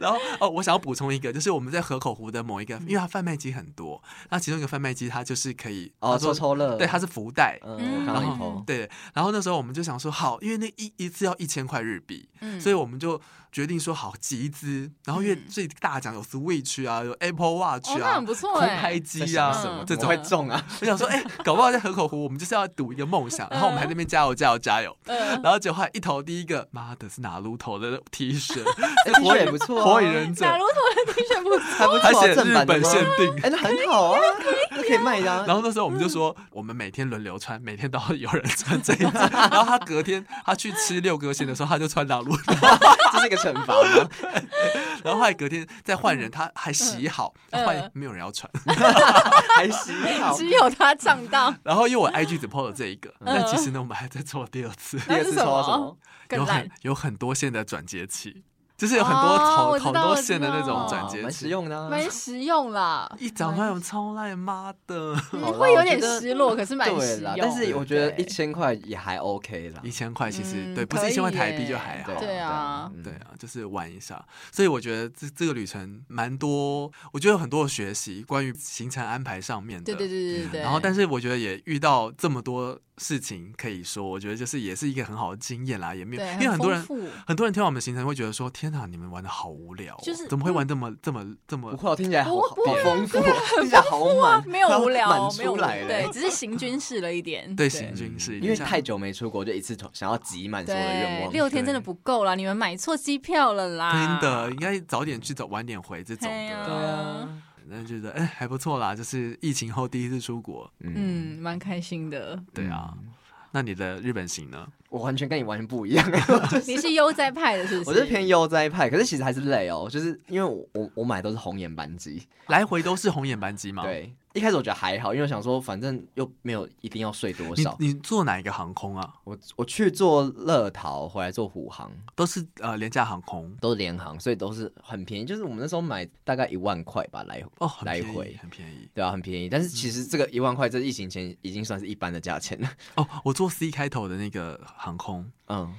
S3: 然后哦，我想要补充一个，就是我们在河口湖的某一
S2: 嗯
S3: 个，因为它贩卖机很多，那其中一个贩卖机它就是可以，
S1: 哦，
S3: 它
S1: 抽
S3: 说
S1: 抽乐，
S3: 对，它是福袋，
S1: 嗯，我看到
S3: 然
S1: 你
S3: 后
S1: 头，
S3: 对，然后那时候我们就想说，好，因为那一一次要一千块日币，
S2: 嗯
S3: 所以我们就决定说好集资，然后因为
S2: 嗯
S3: 最大奖有 Switch 啊，有 Apple Watch
S2: 哦，那
S3: 啊，
S2: 很不错
S3: 空
S2: 哎
S3: 拍，
S1: 在
S3: 机
S1: 想
S3: 啊
S1: 什么？
S3: 这
S1: 怎么
S3: 种
S1: 会，中啊？
S3: 我想说，哎、搞不好在河口湖，我们就是要赌一个梦想，然后我们还在那边加油加油加油，
S2: 嗯，
S3: 然后结果后来一投第一个，妈的是哪路头的 T 恤，
S1: 哎，T 恤也不错啊，
S3: 火影忍者
S2: 假，如头的 T 恤不错，
S1: 还不错
S3: 还
S1: 啊，
S3: 写
S1: 正
S3: 日
S1: 版的
S3: 本
S1: 吗
S3: 限定。
S1: 哎，那很好啊，那可以卖的啊。
S3: 然后那时候我们就说，我们每天轮流穿，每天都要有人穿这一件。然后他隔天他去吃六哥线的时候，他就穿哪路头
S1: 这是一个惩罚吗？
S3: 然后后来隔天再换人，他还洗好，
S2: 嗯
S3: 换没有人要穿。
S1: 还行，好。
S2: 只有他上当，
S3: 然后因为我 IG 只 PO 了这一个，
S1: 嗯
S3: 但其实呢，我们还在做第二次，
S1: 第二次抽到什
S2: 那是什么
S1: 么？
S3: 有
S2: 更烂
S3: 很。有很多线的转接器，就是有很多
S2: 哦
S3: 头
S2: 我知
S3: 很
S2: 道
S3: 多
S2: 我知
S3: 线的那种
S2: 道
S3: 转
S1: 哦
S3: 接
S1: 蛮实
S3: 器，
S1: 用的啊。
S2: 蛮实用啦，
S3: 一长出来我超赖妈的，
S2: 嗯
S1: 好啦
S2: 会有点
S1: 我觉得
S2: 失落，可是蛮
S1: 对
S2: 实
S1: 啦
S2: 用。，
S1: 但是我觉得一
S2: 对
S1: 千块也还 OK 啦
S3: 一。千块其实
S2: 嗯
S3: 对，不是
S2: 可
S3: 一千块
S2: 以
S3: 台币就
S2: 耶
S3: 还好
S1: 对。
S2: 对啊
S1: 嗯
S3: 对啊，就是玩一下，所以我觉得这这个旅程蛮多，我觉得有很多的学习关于行程安排上面的。
S2: 对对对对对。
S3: 然后，但
S2: 是
S3: 是我觉得也遇到这么多事情可以说，我觉得就是也是一个很好的经验啦，也没有，因为很多人很多人听完我们的行程会觉得说：“天哪，你们玩的好无聊哦、
S2: 就是
S3: 怎么会玩这么、这么这
S1: 不
S3: 么
S1: 会，我听起来好
S2: 不
S1: 好
S2: 不会啊
S1: 丰富，听起来好满，
S2: 没有无聊
S1: 满，
S2: 没有
S1: 出
S2: 无
S1: 来
S2: 聊，对，
S1: 了。
S2: 只是行军式了一点。
S3: 对行军事？
S1: 因为太久没出国，就一次想要挤满所有的愿
S2: 对，
S1: 望。
S2: 六天真的不够啦，你们买错机票了啦。
S3: 真的应该早点去，早晚点回这种
S2: 嘿
S3: 的。
S2: 啊
S1: 对啊，
S3: 那就觉得哎还不错啦，就是疫情后第一次出国。
S1: 嗯，
S2: 嗯，蛮开心 的。
S3: 对啊，那你的日本行呢？
S1: 我完全跟你完全不一 样。
S2: 你是悠哉派的，是不是？
S1: 我是偏悠哉派，可是其实还是累哦，就是因为我我我买都是红眼班机，
S3: 来回都是红眼班机吗？，
S1: 对，一开始我觉得还好，因为我想说反正又没有一定要睡多
S3: 你
S1: 少，
S3: 你坐哪一个航空啊？
S1: 我我去做乐淘，回来做虎航，
S3: 都是呃廉价航空
S1: 都是联航，所以都是很便宜，就是我们那时候买大概一万块吧，来
S3: 哦，很
S1: 来
S3: 便宜
S1: 回
S3: 很便宜
S1: 对啊，很便宜。但是其实这个一万块，这疫情前已经算是一般的价钱了。
S3: 哦。我坐 C 开头的那个航空
S1: 嗯，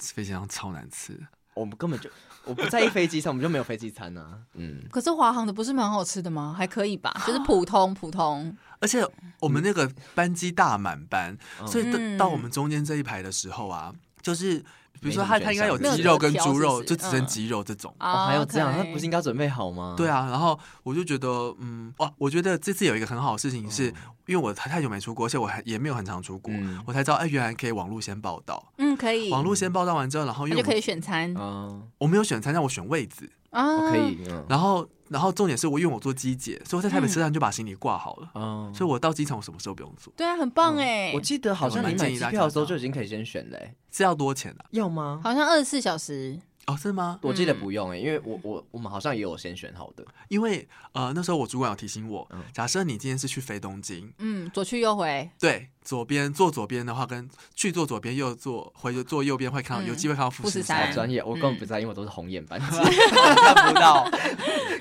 S3: 飞机上超难吃，
S1: 我们根本就我不在意飞机上，我们就没有飞机餐啊。 嗯，
S2: 可是华航的不是蛮好吃的吗？还可以吧，
S1: 啊
S2: 就是普通普通。
S3: 而且我们那个班机大满班，
S1: 嗯
S3: 所以到
S2: 嗯
S3: 到我们中间这一排的时候啊，就是比如说
S1: 没
S3: 他
S1: 什么选项
S3: 他应该有
S1: 没
S3: 鸡
S2: 有
S3: 肉
S2: 得
S3: 跟
S2: 挑
S3: 猪
S2: 是
S3: 肉，
S2: 不是
S3: 就只剩
S2: 嗯
S3: 鸡肉这种。
S1: 哦，
S2: 啊
S1: 还有这样，
S2: ，OK
S1: 那不是应该准备好吗？
S3: 对，啊，然后我就觉得，嗯，哇，我觉得这次有一个很好的事情是，因为我太太久没出国，而且我还也没有很常出国，
S1: 嗯
S3: 我才知道，哎，原来可以网络先报道，
S2: 嗯，可以。
S3: 网络先报道完之后，然后因
S2: 那
S3: 为
S2: 就
S3: 我
S2: 可以
S3: 们
S2: 选餐
S1: 嗯，
S3: 我没有选餐，但我选位置，
S2: 啊
S1: 我可以，嗯
S3: 然后然后重点是我因为我做机姐，所以我在台
S2: 嗯
S3: 北车站就把行李挂好了，
S1: 嗯，
S3: 所以我到机场我什么事都不用做，
S2: 对啊，很棒哎、
S1: 我记得好像
S3: 我
S1: 你
S3: 蛮
S1: 买
S3: 建议
S1: 机
S3: 大家
S1: 票的时候
S3: 这
S1: 就
S3: 样
S1: 已经可以先选嘞、欸
S3: 这要多钱啊？
S1: 要吗？
S2: 好像二十四小时，
S3: 哦，是吗？
S1: 我记得不用哎、因为我我我们好像也有先选好的，
S3: 因为呃那时候我主管有提醒我
S1: 嗯，
S3: 假设你今天是去飞东京，
S2: 嗯，左去右回，
S3: 对，左边坐左边的话，跟去坐左边右坐回就坐右边会看到、
S2: 嗯
S3: 有机会看到富
S2: 富
S3: 士
S2: 士
S3: 山
S2: 山
S1: 好
S2: 嗯
S1: 专业，我根本
S2: 嗯
S1: 不在意，因为我都是红 眼班机， 我看不到，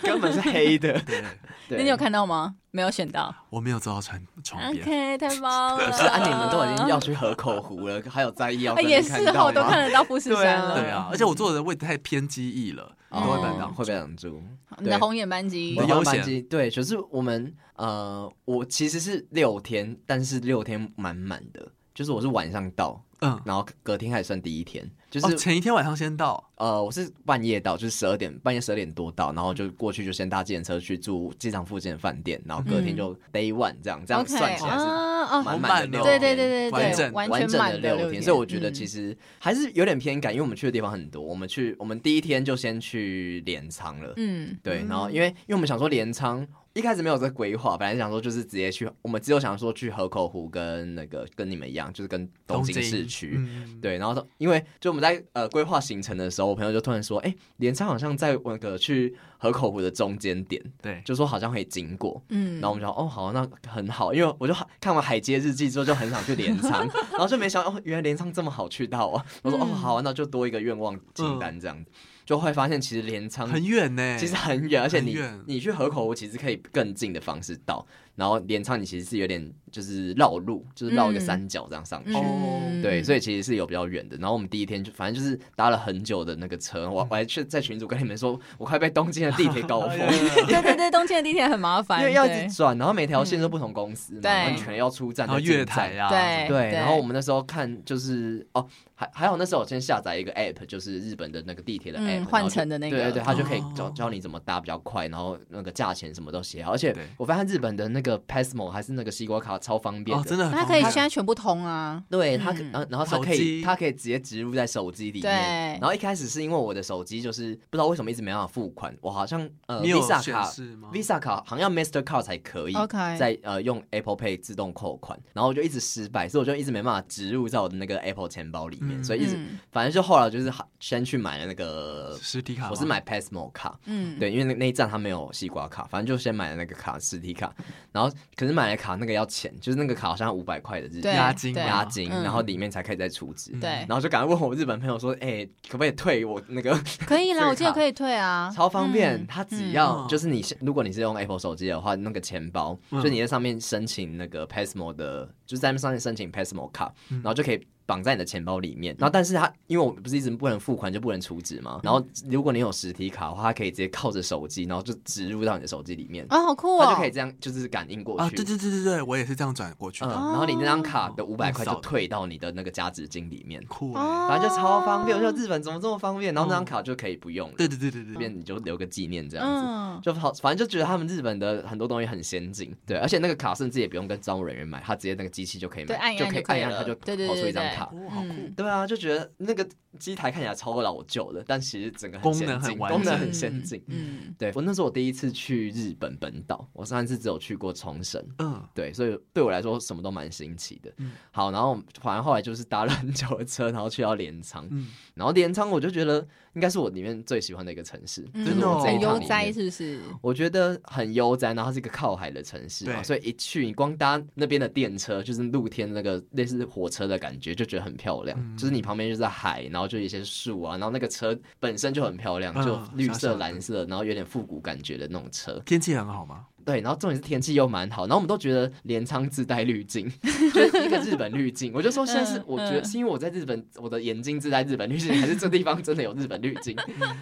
S1: 根本是黑的。
S3: 对，
S1: 对，
S2: 那你有看到吗？没有选到
S3: 我没有坐到床床边。
S2: ，OK，太棒了。
S1: 不 是啊，你们都已 经要去河口湖了，还有在意要
S2: 哎，
S1: 跟
S2: 也
S1: 你看
S2: 是
S1: 到
S2: 哦，我都
S1: 吗
S2: 看得到富士山了。
S3: 对啊，而且我坐的位置太偏机翼了，都
S1: 哦
S3: 会被挡
S1: 会被挡住。
S2: 你的红眼班机
S3: 我，
S1: 我
S3: 的悠
S1: 优
S3: 闲
S1: 先对，可是我们呃，我其实是六天，但是六天满满的，就是我是晚上到，
S3: 嗯，
S1: 然后隔天还算第一天，就
S3: 哦，
S1: 是、
S3: 前一天晚上先到，
S1: 呃，我是半夜到，就是十二点，半夜十二点多到，然后就过去就先搭计程车去住机场附近的饭店，然后隔天就 day one 这样，这样
S2: OK，
S1: 算起来是
S2: 啊啊，
S1: 满嗯满的
S3: 满
S1: 六
S2: 对
S1: 天，
S2: 对对对
S3: 完
S2: 对，
S3: 整
S2: 完
S1: 完
S2: 全
S1: 整的
S2: 满的
S1: 六天，
S2: 天，嗯
S1: 所以我觉得其
S2: 实
S1: 实还是有点偏感，因为我们去的地方很多，我们去我们第一天就先去镰仓了，
S2: 嗯
S1: 对，然后因为因为我们想说镰仓一开始没有这个规划，本来想说就是直接去，我们只有想说去河口湖跟那个跟你们一样，就是跟东京市区。
S3: 嗯，
S1: 对，然后因为就我们在呃规划行程的时候，我朋友就突然说，哎、镰仓好像在那个去河口湖的中间点，
S3: 对，
S1: 就说好像可以经过，
S2: 嗯，
S1: 然后我们就说哦好，那很好，因为我就看完《海街日记》之后就很想去镰仓，然后就没想到哦，原来镰仓这么好去到啊！我说、哦
S2: 嗯
S1: 好啊，那就多一个愿望清单这样子，就会发现其实镰仓
S3: 很远呢，
S1: 其实很远，而且
S3: 哎很
S1: 你
S3: 远
S1: 你去河口湖其实可以更近的方式到，然后镰仓你其实是有点就是绕路，就是绕一个
S2: 嗯
S1: 三角这样上去。
S3: 哦
S1: 对，所
S2: 以
S1: 以其实是有比较远的。然后我们第一天就反正就是搭了很久的那个车，我我还去在群组跟你们说，我快被东京的地铁 搞疯了。
S2: 对对对，东京的地铁很麻烦，
S1: 因为要一
S2: 对嗯
S1: 直转，然后每条线都不同公司嘛，
S2: 对
S1: 然后你可能要出站，
S3: 然后
S1: 再进
S3: 月台
S1: 站。
S3: 啊，
S2: 哎对
S1: 对，然后我们那时候看就是哦，还还好那时候我先下载一个 app，就是日本的那个地铁的
S2: 嗯
S1: app，、
S2: 换乘的那个
S1: 对对对，它就可以教
S3: 哦
S1: 教你怎么搭比较快，然后那个价钱什么都写好，而且
S3: 对
S1: 我发现日本的那个 Pasmo 还是那个西瓜卡超方便
S3: 哦，真的很
S2: 它
S3: 方
S2: 可以
S3: 便，
S2: 现在全部通啊，
S1: 对它可，
S2: 嗯
S1: 呃然后它可
S3: 手
S1: 以，
S3: 机
S1: 它可以直接植入在手机里面。
S2: 对
S1: 然后一开始是因为我的手机就是不知道为什么一直没办法付款，我好像呃
S3: 你有
S1: Visa
S3: 显
S1: 卡
S3: 示吗
S1: ，Visa 卡好像 Master Card 才可以
S2: 哦 OK
S1: 在呃用 Apple Pay 自动扣款，然后我就一直失败，所以我就一直没办法植入在我的那个 Apple 钱包里面，
S3: 嗯
S1: 所以一直、
S2: 嗯
S1: 反正就后来就是哈先去买了那个，
S3: 实体卡吗，
S1: 我是买 Passmo 卡，
S2: 嗯，
S1: 对，因为那那一站他没有西瓜卡，反正就先买了那个卡实体卡，然后可是买了卡那个要钱，就是那个卡好像五百块的日币
S2: 对
S3: 押金
S2: 对
S3: 嘛
S1: 押金，
S2: 嗯
S1: 然后里面才可以再储值。
S3: 嗯
S2: 对
S1: 然，后就赶快问我日本朋友说，哎、可不可以退我那个？
S2: 可以
S1: 这
S2: 啦，
S1: 个
S2: 我记得
S1: 卡
S2: 可以退啊，
S1: 超方便，
S2: 嗯
S1: 他只
S2: 嗯
S1: 要
S3: 嗯
S1: 就是你是，如果你是用 Apple 手机的话，那个钱包
S3: 嗯
S1: 就你在上面申请那个 Passmo 的，就是在上面申请 Passmo 卡，
S3: 嗯
S1: 然后就可以绑在你的钱包里面。然后但是它因为我不是一直不能付款就不能储值
S3: 嗯
S1: 嘛，然后如果你有实体卡的话，它可以直接靠着手机，然后就植入到你的手机里面，
S2: 啊，好酷
S1: 它
S2: 哦，
S1: 就可以这样就是感应过
S3: 啊，
S1: 去。
S3: 对对对对对，我也是这样转过去
S1: 嗯，
S3: 的，
S1: 然后你那张卡的五百块就
S3: 用扫的
S1: 退到你的那个加值金里面，
S3: 酷欸，
S2: 哦，
S1: 反正就超方便。我觉得日本怎么这么方便？然后那张
S3: 哦
S1: 卡就可以不用了，
S3: 对对对对
S1: 这
S3: 对，
S1: 边你就留个纪念这样子。
S2: 嗯，
S1: 就好，反正就觉得他们日本的很多东西很先进，对，而且那个卡甚至也不用跟招募人员买，他直接那个机器就可以买，
S2: 对按一
S1: 就
S2: 按
S1: 可以
S2: 就可
S1: 按一
S2: 以
S1: 按，
S2: 了
S1: 他就
S2: 对对
S1: 跑出
S2: 对
S1: 一张
S2: 对
S1: 卡。
S3: 哦，好酷
S2: 嗯，
S1: 对啊，就觉得那个机台看起来超老旧的，但其实整个
S3: 功
S1: 先
S3: 能很
S1: 进
S3: 完
S1: 功能
S3: 整
S1: 很先进。
S2: 嗯，
S1: 对我那是我第一次去日本本岛，我上一次只有去过冲绳，
S3: 嗯，
S1: 对，所以对我来说什么都蛮新奇的。
S3: 嗯
S1: 好，然后反正后来就是搭了很久的车，然后去到镰仓，
S3: 嗯
S1: 然后镰仓我就觉得应该是我里面最喜欢的一个城市，
S2: 嗯
S1: 就是
S3: 真的
S1: 我
S3: 哦
S1: 这一
S2: 很
S1: 趟
S2: 悠
S1: 里
S2: 哉
S1: 面
S2: 是不是？
S1: 我觉得很悠哉，然后它是一个靠海的城市嘛，
S3: 对
S1: 所以一去你光搭那边的电车，就是露天那个类似火车的感觉，就觉得很漂亮。
S3: 嗯
S1: 就是你旁边就是海，然后就有一些树啊，然后那个车本身就很漂亮，
S3: 嗯
S1: 就绿
S3: 小小
S1: 色、
S3: 的
S1: 蓝色，然后有点复古感觉的那种车。
S3: 天气很好吗？
S1: 对，然后重点是天气又蛮好，然后我们都觉得镰仓自带滤镜， 就是一个日本滤镜。我就说现在是
S2: 嗯
S1: 我觉得
S2: 嗯
S1: 是因为我在日本，我的眼睛自带日本滤镜，还是这地方真的有日本滤 镜？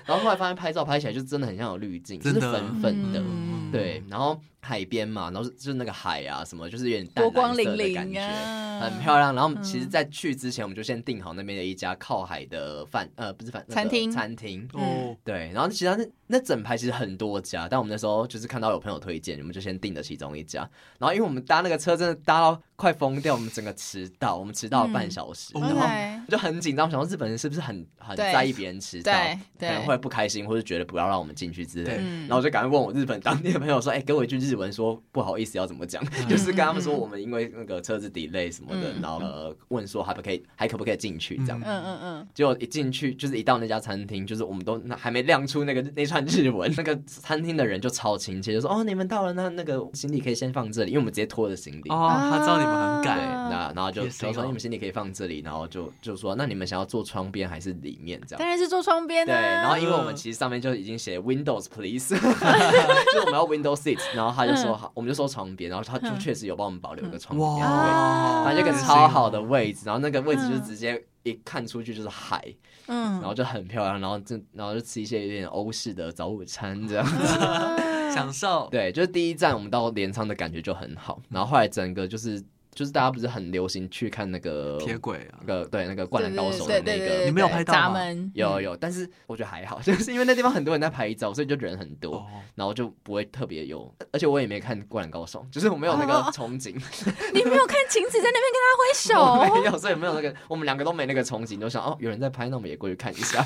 S1: 然后后来发现拍照拍起来就真的很像有滤镜，就
S3: 真
S1: 是
S3: 的
S1: 粉粉的。
S2: 嗯
S1: 对，然后海边嘛，然后是就是那个海啊，什么就是有点淡
S2: 波光
S1: 蓝色
S2: 粼
S1: 的感
S2: 粼
S1: 觉，
S2: 啊，
S1: 很漂亮。然后我们其实，
S2: 嗯
S1: 在去之前，我们就先订好那边的一家靠海的饭，呃，不是饭那个
S2: 餐厅
S1: 餐厅。
S3: 哦，
S1: 对，然后其他那那整排其实很多家，但我们那时候就是看到有朋友推荐，我们就先订了其中一家。然后因为我们搭那个车真的搭到快疯掉，我们整个迟到，我们迟到了半小时，
S3: 嗯
S1: 然后
S2: OK，
S1: 就很紧张，想说日本人是不是很很
S2: 哦对
S1: 在意别人迟到，
S2: 对
S1: 可能
S2: 对
S1: 会不开心，或者觉得不要让我们进去之类的
S3: 对
S2: 嗯
S1: 然后我就赶快问我日本当地的朋友说：“哎、给我一句日文，说不好意思要怎么讲？” 就是跟他们说我们因为那个车子 delay 什么的，
S2: 嗯
S1: 然后、呃、问说还不可以，还可不可以进去这样。
S3: 嗯
S2: 嗯嗯嗯，
S1: 结果一进去，就是一到那家餐厅，就是我们都那还没亮出那个那串日文，那个餐厅的人就超亲切，就说：“哦，你们到了，那那个行李可以先放这里，因为我们直接拖着行李。
S3: 哦，他知道你们很
S1: 对，
S3: 赶，
S1: 那然后就
S3: 贴心
S1: 就
S3: 哦
S1: 说你们行李可以放这里，然后就就说那你们想要坐窗边还是里面这样
S2: 当？然是坐窗边
S1: 对，
S2: 啊，
S1: 然后因为我们其实上面就已经写 Windows please，就是我们要 Windows seat，然后他就
S2: 嗯
S1: 说好，我们就说床边，然后他就确实有帮我们保留一个床边的位置，
S3: 嗯哇，
S1: 反正就
S3: 这
S1: 一个超好的位置，然后那个位置就是直接一看出去就是海，
S2: 嗯，
S1: 然后就很漂亮，然后就然后就吃一些有点欧式的早午餐这样子。
S2: 嗯
S3: 享受，
S1: 对，就是第一站我们到镰仓的感觉就很好，然后后来整个就是。就是大家不是很流行去看那个
S3: 铁轨啊
S1: 那，个对那个灌篮高手的
S2: 对
S1: 那
S2: 对对对
S1: 个
S2: 对
S3: 你没有拍到吗
S2: 闸门
S1: 有有，但是我觉得还好， 就是因为那地方很多人在拍照，所以就人很多，
S3: 哦
S1: 然后就不会特别有，而且我也没看《灌篮高手》，就是我没有那个
S2: 哦
S1: 憧 憬，
S2: 你没有看晴子在那边
S1: 我
S2: 跟他挥手，
S1: 没有，所以没有那个，我们两个都没那个憧憬，都想哦，有人在拍，那我们也过去看一 下。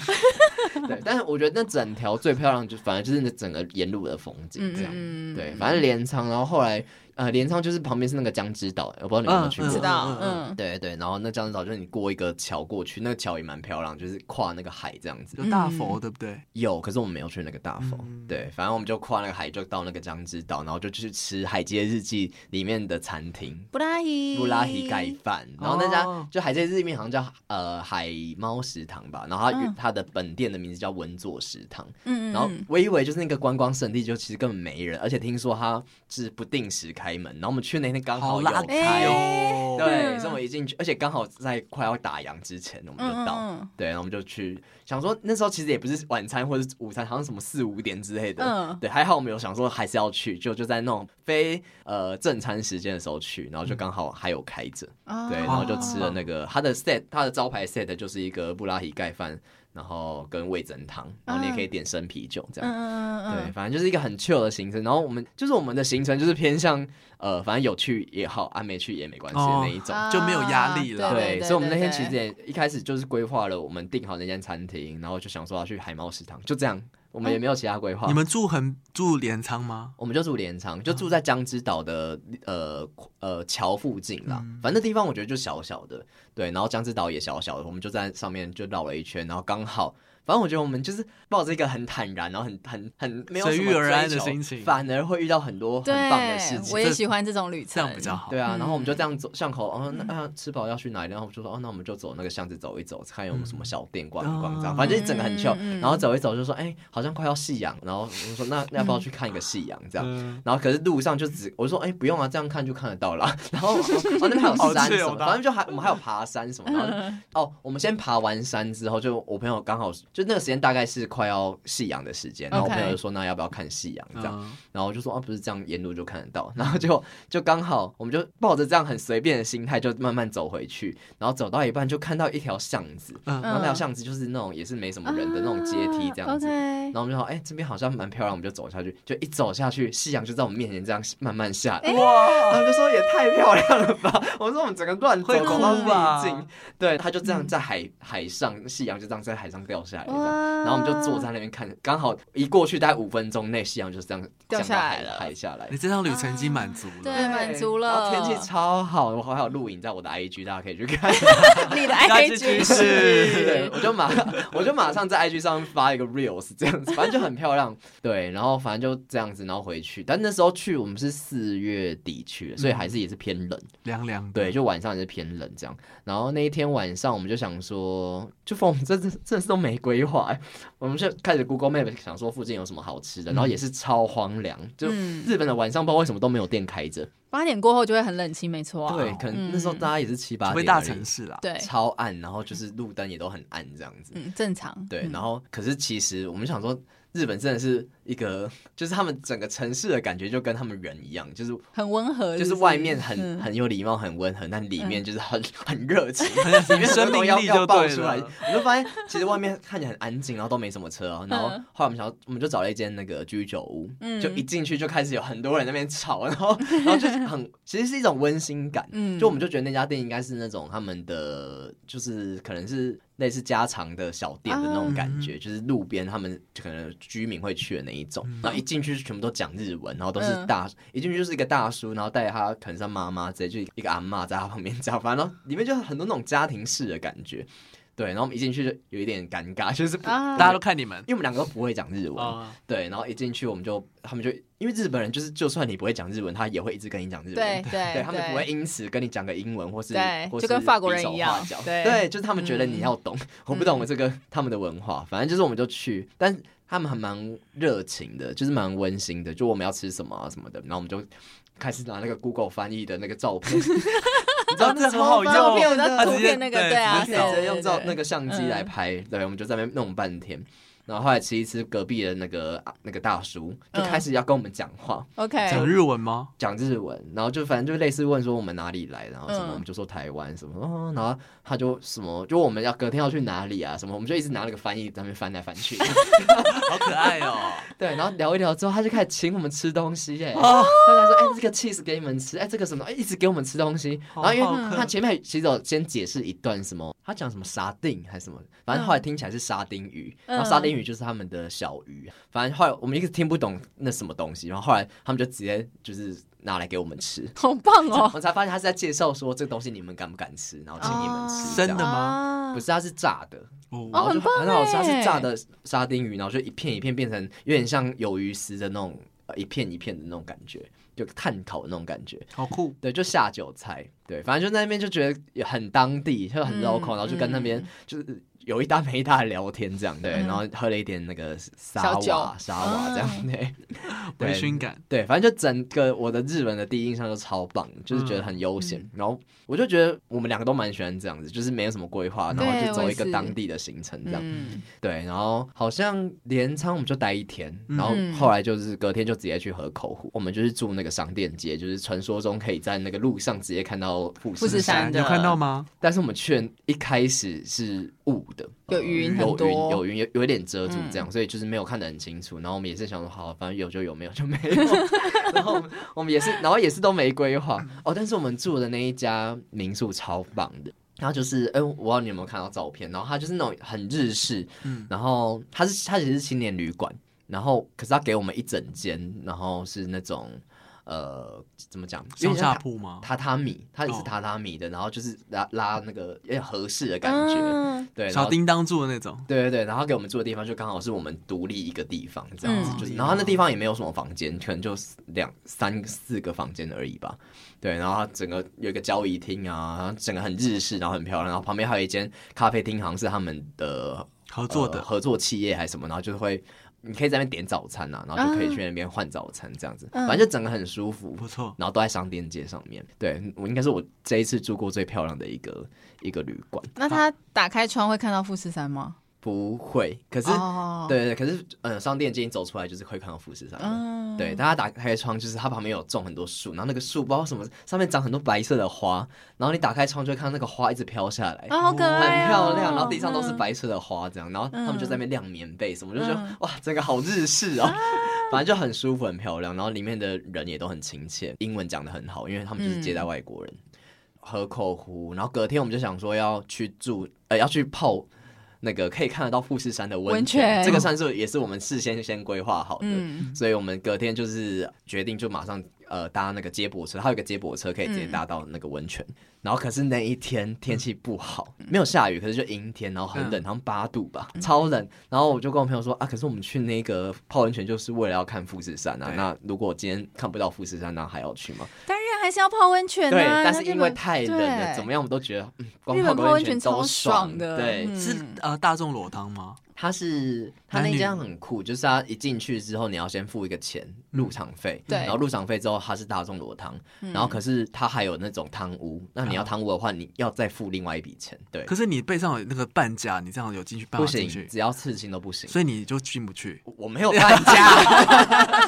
S1: 对，但是我觉得那整条最漂亮，就反正就是那整个沿路的风景
S2: 嗯
S1: 这样。
S2: 嗯嗯，
S1: 对，反正镰仓，然后后来呃，镰仓就是旁边是那个江之岛，我不知道你们有没有去过。
S3: 嗯
S2: 知道，
S3: 嗯
S2: 嗯，
S1: 对对，然后那江之岛就是你过一个桥过去，那个桥也蛮漂亮，就是跨那个海这样子。
S3: 有大佛对不对？
S1: 有，可是我们没有去那个大佛。
S3: 嗯
S1: 对，反正我们就跨那个海，就到那个江之岛，然后就去吃《海街日记》里面的餐厅。
S2: 布拉伊，
S1: 布拉提盖饭，然后那家
S3: 哦
S1: 就海街日记面好像叫呃海猫食堂吧，然后它、
S2: 嗯
S1: 它的本店的名字叫文佐食堂，
S2: 嗯，嗯嗯，
S1: 然后我以为就是那个观光胜地，就其实根本没人，而且听说它是不定时开门，然后我们去那天刚好有
S3: 垃
S1: 开，
S3: 圾
S2: 哎
S3: 哦！
S1: 对，
S2: 嗯
S1: 所以我一进去，而且刚好在快要打烊之前，我们就到。
S2: 嗯嗯嗯
S1: 对，然后我们就去想说，那时候其实也不是晚餐或者是午餐，好像什么四五点之类的。
S2: 嗯
S1: 对，还好我们有想说还是要去，就就在那种非呃正餐时间的时候去，然后就刚好还有开着，
S2: 哦
S1: 对，然后就吃了那个它的 set，它的招牌 set 就是一个布拉提盖饭，然后跟味增汤，然后你也可以点生啤酒这样。
S2: 嗯嗯
S1: 对，
S2: 嗯
S1: 反正就是一个很 chill 的行程。然后我们就是我们的行程就是偏向呃，反正有去也好，啊没去也没关系的
S3: 哦
S1: 那一种。
S2: 嗯，
S3: 就没有压力了
S2: 啊
S1: 哦对，所以我们那天其实
S2: 对
S1: 也一开始就是规划了，我们订好那间餐厅，然后就想说要去海猫食堂，就这样，我们也没有其他规划。
S3: 你们住很住镰仓吗？
S1: 我们就住镰仓，就住在江之岛的呃呃桥附近啦。
S3: 嗯
S1: 反正那地方我觉得就小小的，对，然后江之岛也小小的，我们就在上面就绕了一圈，然后刚好。反正我觉得我们就是抱着一个很坦然，然后很很很没有
S3: 随
S1: 什
S3: 遇
S1: 么追
S3: 而安的
S1: 求
S3: 心情
S1: 反而会遇到很多很棒的事
S2: 对，
S1: 情
S2: 我。也喜欢这种旅
S3: 这
S2: 程，
S3: 样比较好。
S1: 对啊，然后我们
S2: 嗯
S1: 就这样走巷口，哦，那、啊、吃饱要去哪里？然后我们就说，哦，那我们就走那个巷子走一走，看有没有什么小店逛一逛，这样，
S3: 哦
S1: 反正就整个很 chill
S2: 嗯嗯嗯嗯
S1: 然后走一走就说，哎、好像快要夕阳，然后我们说，那那要不要去看一个夕阳？这样，
S3: 嗯
S1: 然后可是路上就只我就说，哎、不用啊，这样看就看得到啦。然后哦那边还 有
S3: 好
S1: 山
S3: 自
S1: 什
S3: 由
S1: 么，
S3: 的
S1: 反正就还我们还有爬山什么。然后
S2: 嗯
S1: 就哦，我们先爬完山之后，就我朋友刚好就那个时间大概是快要夕阳的时间，然后我
S2: OK
S1: 朋友就说，那要不要看夕阳？这样，
S3: 嗯
S1: 然后我就说啊，不是这样，沿路就看得到。 然后就就刚好，我们就抱着这样很随便的心态，就慢慢走回去。然后走到一半，就看到一条巷子，
S3: 嗯
S1: 然后那条巷子就是那种也是没什么人的那种阶梯这样子。
S2: 啊，OK
S1: 然后我们就说，哎、这边好像蛮漂亮，我们就走下去。就一走下去，夕阳就在我们面前这样慢慢下
S3: 哎
S1: 来。啊
S3: 哇，
S1: 然后就说也太漂亮了吧！我说我们整个乱走
S3: 会
S1: 走
S3: 哭嗯
S1: 到
S3: 吧
S1: 秘境，对，他就这样在海海上，夕阳就这样在海上掉
S2: 啊
S1: 下来这样然后我们就坐在那边看，刚好一过去大概五分钟内，夕阳就这样
S2: 嗯掉
S1: 降
S2: 下
S1: 到
S2: 来
S1: 海
S2: 了
S1: 海下来
S3: 你。这趟旅程已经满足了。
S2: 对满足了
S1: 然后天气超好，我还有录影在我的 IG，大家可以去看。
S2: 你的
S3: 那这
S2: IG
S3: 就是
S1: 对，我就马我就马上在 IG 上面发一个 reels 这样子，反正就很漂亮。对，然后反正就这样子，然后回去。但那时候去我们是四月底去的，所以
S2: 嗯
S1: 还是也是偏冷。
S3: 凉凉的。
S1: 对，就晚上也是偏冷这样。然后那一天晚上，我们就想说，就疯， 这这这是都没规划欸，我们就开始 Google Map 想说附近有什么好吃的，然后也是超荒凉，就
S2: 嗯
S1: 日本的晚上不知道为什么都没有店开着，
S2: 八点过后就会很冷清，没错啊，
S1: 对，可能那时候大家也是七八
S3: 嗯除
S1: 点而
S3: 非
S1: 已，
S3: 大城市啦。
S2: 对，
S1: 超暗，然后就是路灯也都很暗这样子。
S2: 嗯，正常，
S1: 对，
S2: 嗯
S1: 然后可是其实我们想说，日本真的是一个，就是他们整个城市的感觉就跟他们人一样，就是
S2: 很温和，
S1: 就是
S2: 不
S1: 外面很
S2: 嗯
S1: 很有礼貌、很温和，但里面就是很很热 情，
S3: 情
S1: 里面很多东西要
S3: 嗯生命力
S1: 要
S3: 就
S1: 爆
S3: 对了
S1: 出来。我就发现其实外面看起来很安静，然后都没什么车啊。然后
S2: 嗯
S1: 后来我们想要，我们就找了一间那个居酒屋，
S2: 嗯
S1: 就一进去就开始有很多人在那边吵，然后然后就是很 其实是一种温馨感。
S2: 嗯
S1: 就我们就觉得那家店应该是那种他们的就是可能是。类似家常的小店的那种感觉，就是路边他们可能居民会去的那一种。然后一进去全部都讲日文，然后都是
S2: 嗯
S1: 大，一进去就是一个大叔，然后带着他可能是他妈妈直接就一个阿嬷在他旁边 讲，反正里面就很多那种家庭式的感觉。对，然后我们一进去就有一点尴尬，就是不、
S2: 啊
S3: 大家都看你们
S1: 因为我们两个都不会讲日文，
S3: 啊，
S1: 对，然后一进去我们就他们就因为日本人就是就算你不会讲日文，他也会一直跟你讲日文，
S2: 对对
S1: 他们不会哎因此跟你讲个英文，或是
S2: 对
S1: 或是
S2: 就跟法国
S1: 比
S2: 人
S1: 手
S2: 一样
S1: 画脚
S2: 对嗯
S1: 对，就是他们觉得你要懂，我不懂这个他们的文化，反正就是我们就去，但他们还蛮热情的，就是蛮温馨的，就我们要吃什么啊什么的，然后我们就开始拿那个 Google 翻译的那个照 片，你知道
S3: 啊
S1: 那超
S3: 这很好
S1: 棒
S3: 用
S2: 照片
S1: 的
S2: 那图片那个
S3: 啊直接
S2: 对啊，
S1: 直
S2: 对对嗯
S3: 直接找
S2: 对
S1: 接用照
S2: 对
S1: 那个相机来拍，对，我们就在那边弄半天。然后后来吃一吃隔壁的那个啊那个大叔就
S2: 嗯
S1: 开始要跟我们讲话，
S3: 讲
S2: OK，
S3: 日文吗？
S1: 讲日文，然后就反正就类似问说我们哪里来，然后什么、
S2: 嗯
S1: 我们就说台湾什么，哦，然后他就什么就我们要隔天要去哪里啊什么，我们就一直拿那个翻译在那边翻来翻 去，
S3: 好可爱哦！
S1: 对，然后聊一聊之后，他就开始请我们吃东西耶，
S3: 哦
S1: 他就说哎、这个 cheese 给你们吃，哎、这个什么，哎、一直给我们吃东西，
S3: 好
S1: 然后因为
S3: 好客
S1: 他前面其实有先解释一段什么，他讲什么沙丁还是什么，反正后来听起来是沙丁鱼，
S2: 嗯
S1: 然后沙丁鱼就是他们的小鱼，反正后来我们一直听不懂那什么东西，然后后来他们就直接就是拿来给我们吃。
S2: 好棒
S1: 我
S2: 哦，
S1: 们才发现他是在介绍说这个东西你们敢不敢吃，然后请你们吃。
S2: 哦
S1: 这样
S3: 真的吗
S2: 啊
S1: 不是，它是炸的，然
S3: 哦，
S1: 后就
S2: 很棒
S1: 很好吃。它
S2: 欸
S1: 是炸的沙丁鱼，然后就一片一片变成有点像鱿鱼丝的那种，呃一片一片的那种感觉，就炭烤的那种感觉。
S3: 好酷！
S1: 对，就下酒菜，对，反正就在那边就觉得很当地，就很
S2: 嗯
S1: local，、然后就跟那边就是有一搭没一搭的聊天这样，对，
S2: 嗯
S1: 然后喝了一点那个沙
S2: 小酒嗯
S1: 瓦沙瓦这样，对，对
S3: 微醺感，
S1: 对，反正就整个我的日本的第一印象就超棒，就是
S2: 嗯
S1: 觉得很悠闲。然后我就觉得我们两个都蛮喜欢这样子，就是没有什么规划，然后
S2: 对
S1: 就走一个
S2: 我也是
S1: 当地的行程这样。
S2: 嗯，
S1: 对，然后好像镰仓我们就待一天，
S3: 嗯
S1: 然后后来就是隔天就直接去河口湖，我们就是住那个商店街，就是传说中可以在那个路上直接看到富士
S2: 富士山
S3: 你有看到吗？
S1: 但是我们去一开始是雾的，呃
S2: 有云
S1: 有
S2: 很
S1: 云，
S2: 多
S1: 有云有有一点遮住这样，所以就是没有看得很清楚。然后我们也是想说，好，反正有就有，没有就没有。 然后我们我们也是，然后也是都没规划哦。但是我们住的那一家民宿超棒的。然后就是，哎、我不知道你有没有看到照片，然后它就是那种很日式，
S3: 嗯
S1: 然后它是它其实是青年旅馆，然后可是它给我们一整间，然后是那种呃怎么讲，有
S3: 上
S1: 点像
S3: 下
S1: 塔
S3: 铺吗？
S1: 榻榻米，它也是
S3: 哦
S1: 榻榻米的，然后就是拉拉那个有点合适的感觉，
S2: 嗯
S1: 对，然
S3: 啊小
S1: 后
S3: 叮当住的那种，
S1: 对对对，然后给我们住的地方就刚好是我们独立一个地方这样子，
S2: 嗯
S1: 就是然后那地方也没有什么房间，可能就两三四个房间而已吧。对，然后它整个有一个交易厅啊，然后整个很日式，然后很漂亮，然后旁边还有一间咖啡厅，好像是他们的
S3: 合作的
S1: 呃合作企业还是什么，然后就会你可以在那边点早餐啊，然后就可以去那边换早餐这样子，
S2: 嗯
S1: 反正就整个很舒服。
S3: 不错。
S1: 然后都在商店街上面。对我应该是我这一次住过最漂亮的一个一个旅馆，
S2: 那他打开窗会看到富士山吗？
S1: 不会，可是、
S2: 哦，
S1: 对对，对可是嗯、呃商店街你走出来就是会看到富士山的。
S2: 嗯
S1: 对，大家打开窗，就是它旁边有种很多树，然后那个树不知道什么，上面长很多白色的花，然后你打开窗就会看到那个花一直飘下来，
S2: 啊，好可
S1: 很
S2: 爱哦，
S1: 漂亮，然后地上都是
S2: 嗯
S1: 白色的花，这样，然后他们就在那边晾棉被什么，我就觉得
S2: 嗯
S1: 哇，整个好日式哦， 反正就很舒服，很漂亮，然后里面的人也都很亲切，英文讲的很好，因为他们就是接待外国人。河口湖，然后隔天我们就想说要去住，呃，要去泡那个可以看得到富士山的温
S2: 温泉
S1: 这个算是也是我们事先先规划好的，
S2: 嗯。
S1: 所以我们隔天就是决定就马上呃搭那个接驳车，它有一个接驳车可以直接搭到那个温泉。然后可是那一天天气不好，没有下雨，可是就阴天，然后很冷，好像八度吧，超冷。然后我就跟我朋友说啊，可是我们去那个泡温泉就是为了要看富士山啊。
S3: 对
S1: 那如果今天看不到富士山，那还要去吗？
S2: 当然还是要泡温泉啊，
S1: 对，但
S2: 那
S1: 是
S2: 日
S1: 因为
S2: 本
S1: 太冷了，
S2: 对
S1: 怎么样我们都觉得，嗯，光
S2: 日本
S1: 个
S2: 泡
S1: 温
S2: 温泉
S1: 都
S2: 超
S1: 爽
S2: 爽的
S1: 对，
S2: 嗯
S3: 是呃大众裸汤吗？
S1: 它是它
S3: 男
S1: 那
S3: 女
S1: 家很酷，就是它一进去之后，你要先付一个钱
S3: 嗯
S1: 入场费，
S2: 对
S1: 然后入场费之后它是大众裸汤，然后可是它还有那种汤屋，那你要汤屋的话，你要再付另外一笔钱，对
S3: 可，是你背上有那个半价，你这样有进去办
S1: 不
S3: 法进
S1: 行，
S3: 去，
S1: 只要刺青都不行。
S3: 所以你就进不去。
S1: 我没有半价，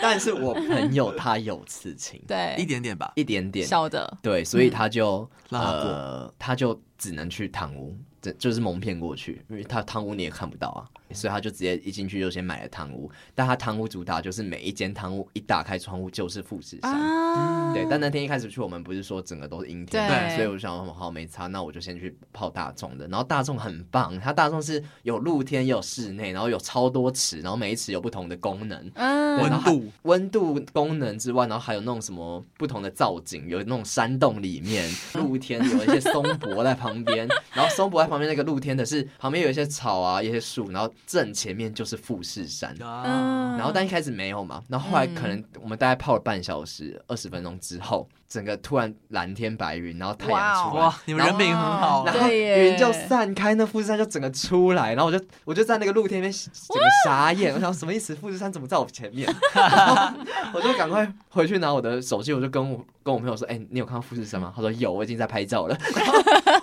S1: 但是我朋友他有刺青，
S3: 一
S2: 对
S3: 点点吧，
S1: 一点点，
S2: 小的，
S1: 对，所以他就、
S3: 让他嗯过
S1: 呃，他就只能去堂屋，这就是蒙骗过去，因为他堂屋你也看不到啊，所以他就直接一进去就先买了堂屋。但他堂屋主打就是每一间堂屋一打开窗户就是富士山。
S2: 啊，
S1: 嗯对，但那天一开始去，我们不是说整个都是阴天，
S3: 对
S1: 所以我就想说，好没差，那我就先去泡大众的。然后大众很棒，它大众是有露天，也有室内，然后有超多池，然后每一池有不同的功能，
S2: 嗯，
S1: 对
S3: 温
S1: 然后还
S3: 度
S1: 温度功能之外，然后还有那种什么不同的造景，有那种山洞里面、 露天有一些松柏在旁边， 然后松柏在旁边那个露天的是旁边有一些草啊、一些树，然后正前面就是富士山。
S3: 啊，
S2: 嗯，
S1: 然后但一开始没有嘛，然后后来可能我们大概泡了半小时、二十分钟之后，整个突然蓝天白云，然后太阳
S2: 嗯
S1: 出来，
S3: 哇，哦你们人品很好
S1: 然
S3: 啊，
S1: 后
S2: 对耶
S1: 云就散开，那富士山就整个出来，然后我就我就在那个露天边整个傻眼，我想什么意思？富士山怎么在我前 面？ 然后我就赶快回去拿我的手机，我就跟我跟我朋友说，哎、你有看到富士山吗？他说有，我已经在拍照了。然后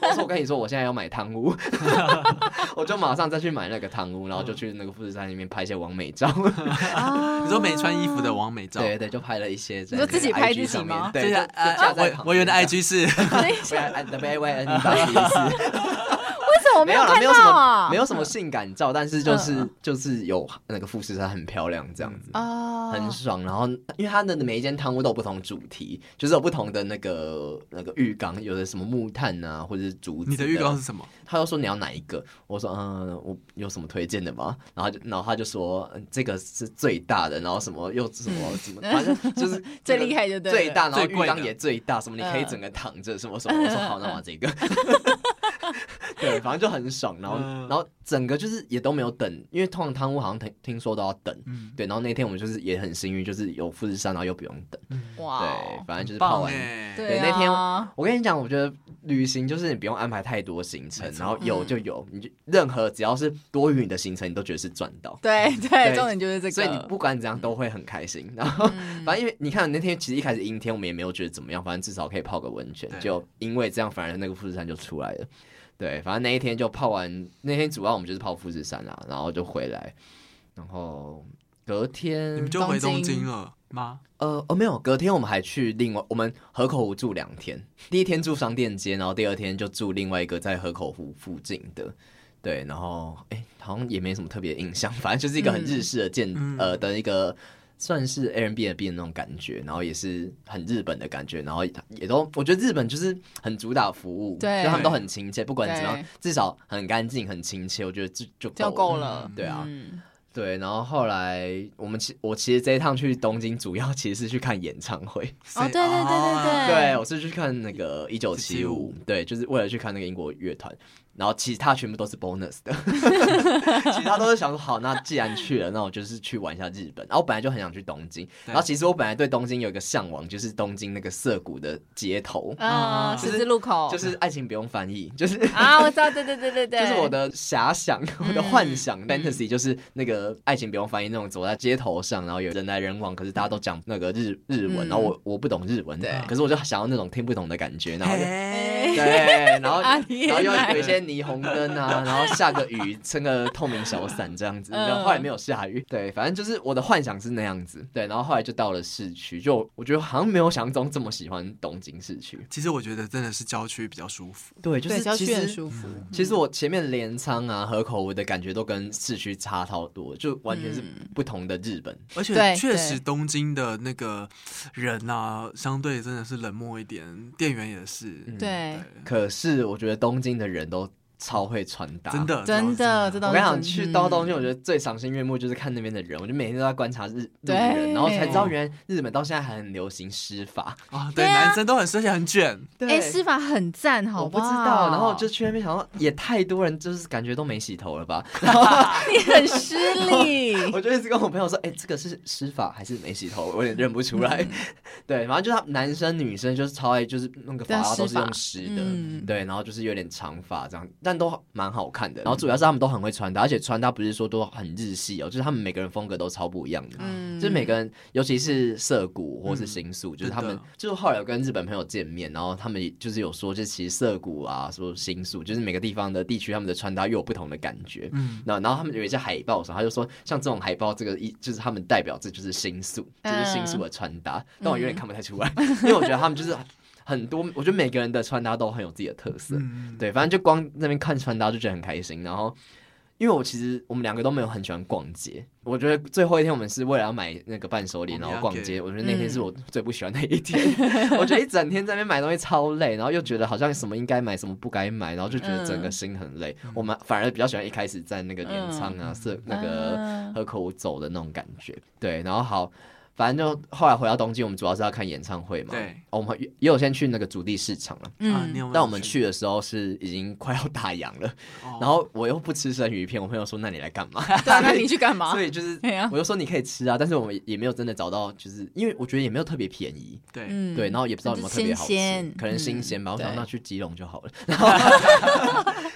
S1: 我 时候我跟你说我现在要买汤 屋，我就马上再去买那个汤屋，然后就去那个富士山里面拍一些完美照。
S2: 啊
S3: 你说没穿衣 服的，王美 照，
S1: 对对，就拍了一些在
S2: 你
S1: 那
S2: 说
S1: 个 IG 上面。
S2: 自己拍自己吗
S1: 对，
S3: 这
S1: 就
S3: 下
S1: 就架
S3: 呃，
S1: 在
S3: 我 我原的 IG 是
S1: V I W I N 八七四，
S2: 为什么我
S1: 没
S2: 有
S1: 啦，
S2: 看
S1: 没有
S2: 到
S1: 什么
S2: 啊？嗯
S1: 没有什么性感照，但是就是就是有那个富士山很漂亮这样子。
S2: 啊，
S1: 很爽，然后因为它的每一间汤屋都有不同主题，就是有不同的那个那个浴缸，有的什么木炭啊，或者是竹子。
S3: 你的预告是什么？
S1: 他又说你要哪一个？我说嗯，我有什么推荐的吗？然后就然后他就说、嗯这个是最大的，然后什么又什么什么，反正就是
S2: 嗯 最厉害就对了
S1: 最大，然后
S3: 最贵
S1: 浴
S3: 的
S1: 缸也最大，什么你可以整个躺着，什么什么。我说
S2: 嗯
S1: 好，那我要这 个。对，反正就很爽，然后
S3: 嗯
S1: 然后整个就是也都没有等，因为通常贪污好像听听说都要等。
S3: 嗯，
S1: 对，然后那天我们就是也很幸运，就是有富士山，然后又不用等。
S2: 哇哦
S1: 对，，反正就是泡
S3: 嗯棒
S1: 完
S3: 哎，
S2: 对
S1: 对
S2: 啊
S1: 那天我跟你讲，我觉得旅行就是你不用安排太多行程，然后有就有，你就任何只要是多余你的行程，你都觉得是赚到。
S2: 对对，重点就是这个，
S1: 所以你不管怎样都会很开心。然后，
S3: 嗯
S1: 反正因为你看那天其实一开始阴天，我们也没有觉得怎么样，反正至少可以泡个温泉
S3: 对。
S1: 就因为这样，反而那个富士山就出来了。对，反正那一天就泡完，那天主要我们就是泡富士山啦，然后就回来，然后隔天
S3: 你们就回东
S2: 东
S3: 京
S2: 京
S3: 了吗？
S1: 呃哦没有，隔天我们还去另外我们河口湖住两天，第一天住商店街，然后第二天就住另外一个在河口湖附近的。对，然后哎，好像也没什么特别印象，反正就是一个很日式的建、
S3: 嗯
S1: 呃的一个算是 Airbnb 的那种感觉，然后也是很日本的感觉，然后也都我觉得日本就是很主打服务，
S2: 对
S1: 就他们都很亲切，不管怎么
S2: 对
S1: 样，至少很干净、很亲切，我觉得这就
S2: 就
S1: 够
S2: 够
S1: 了。
S2: 了，
S1: 对啊
S2: 嗯
S1: 对，然后后来我们其我其实这一趟去东京，主要其实是去看演唱会。
S3: 谁
S2: 哦对对对对对
S3: 啊
S1: 对，我是去看那个一九七五，对，就是为了去看那个英国乐团，然后其他全部都是 bonus 的，其他都是想说好，那既然去了，那我就是去玩一下日本。然后我本来就很想去东京，
S3: 对
S1: 然后其实我本来对东京有一个向往，就是东京那个涩谷的街头，
S2: 啊，
S3: 就是
S2: 十字路口
S1: 嗯就是爱情不用翻译，就是。
S2: 啊，我知道，对对对对对，
S1: 就是我的遐想，我的幻想、
S2: 嗯
S1: fantasy，就是那个爱情不用翻译那种，走在街头上，然后有人来人往，可是大家都讲那个日日文，
S2: 嗯
S1: 然后我我不懂日文，
S2: 对
S1: 可是我就想要那种听不懂的感觉，然后就
S3: 嘿
S2: 哎，
S1: 对，然后
S2: 啊你也
S1: 然后又
S2: 来
S1: 有一些霓虹灯 啊，然后下个雨撑个透明小伞这样子，
S2: 嗯
S1: 然后后来没有下雨，对，反正就是我的幻想是那样子，对，然后后来就到了市区，就我觉得好像没有想象中这么喜欢东京市区，
S3: 其实我觉得真的是郊区比较舒服，
S1: 对，就
S2: 对，
S1: 是
S2: 郊
S1: 其
S2: 区很
S1: 实。嗯
S2: 舒服，
S1: 其实我前面镰仓啊、河口湖的感觉都跟市区差超多，就完全是
S2: 嗯
S1: 不同的日本。
S3: 而且
S2: 对
S3: 确
S2: 对
S3: 实东京的那个人啊，相对真的是冷漠一点，店员也是，
S1: 嗯
S2: 对，
S1: 可是我觉得东京的人都超会穿搭，
S3: 真。的
S2: 真的，这
S3: 真
S2: 东
S1: 我
S2: 西
S1: 跟你讲，
S2: 真
S1: 去
S2: 嗯
S1: 到东京，我觉得最赏心悦目就是看那边的人，我就每天都在观察日日
S2: 对
S1: 本人，然后才知道原来日本到现在还很流行湿发。
S3: 啊，对，
S2: 对啊
S3: 男生都很帅气很卷，
S2: 哎，施法很赞，好
S1: 我
S2: 不
S1: 不
S2: 好？
S1: 知道，然后就去那边想说，也太多人就是感觉都没洗头了吧？
S2: 你很失 礼，
S1: 我就一直跟我朋友说，哎、这个是湿发还是没洗头？我有点认不出来。 对，反正就是他男生女生就是超爱，就是那个
S2: 对啊
S1: 发都
S2: 湿
S1: 是
S2: 发
S1: 用湿的，
S2: 嗯
S1: 对，然后就是有点长发这样，但都蛮好看的。然后主要是他们都很会穿搭，而且穿搭不是说都很日系哦，就是他们每个人风格都超不一样的。
S2: 嗯
S1: 就是每个人，尤其是涩谷或是新宿，就是他
S3: 真
S1: 们
S3: 的，
S1: 就是后来有跟日本朋友见面，然后他们也就是有说，就其实涩谷啊，说新宿，就是每个地方的地区，他们的穿搭又有不同的感觉。
S3: 嗯，
S1: 那然后他们有一些海报的时候，他就说像这种海报，这个一就是他们代表这就是新宿，这
S2: 嗯
S1: 就是新宿的穿搭，但我有点看不太出来， 因为我觉得他们就是很多，我觉得每个人的穿搭都很有自己的特色，
S3: 嗯，
S1: 对，反正就光那边看穿搭就觉得很开心，然后。因为我其实我们两个都没有很喜欢逛街，我觉得最后一天我们是为了要买那个伴手礼，
S3: 我们
S1: 然
S3: 哦要
S1: 后逛街。我觉得那天是我最不喜欢的一天， 我觉得一整天在那边买东西超累，然后又觉得好像什么应该买，什么不该买，然后就觉得整个心很累。
S3: 嗯
S1: 我们反而比较喜欢一开始在那个镰仓啊、是那个
S2: 啊
S1: 河口湖走的那种感觉。对，然后好，反正就后来回到东京，我们主要是要看演唱会嘛。
S3: 对
S1: 哦，我们也也有先去那个主地市场了。
S3: 啊，
S2: 嗯，
S3: 你有没有
S1: 但我们，去的时候是已经快要打烊了，
S3: 哦
S1: 然后我又不吃生鱼片，我朋友说那你来干嘛？
S2: 对啊，那你去干嘛
S1: 所？以就是
S2: 对啊，
S1: 我就说你可以吃啊，但是我们也没有真的找到，就是因为我觉得也没有特别便宜，
S3: 对，
S2: 嗯
S1: 对，然后也不知道有没有特别好
S2: 就是
S1: 吃
S2: 新鲜，
S1: 可能新鲜吧。
S2: 嗯
S1: 我想
S2: 对
S1: 那去基隆就好了， 然后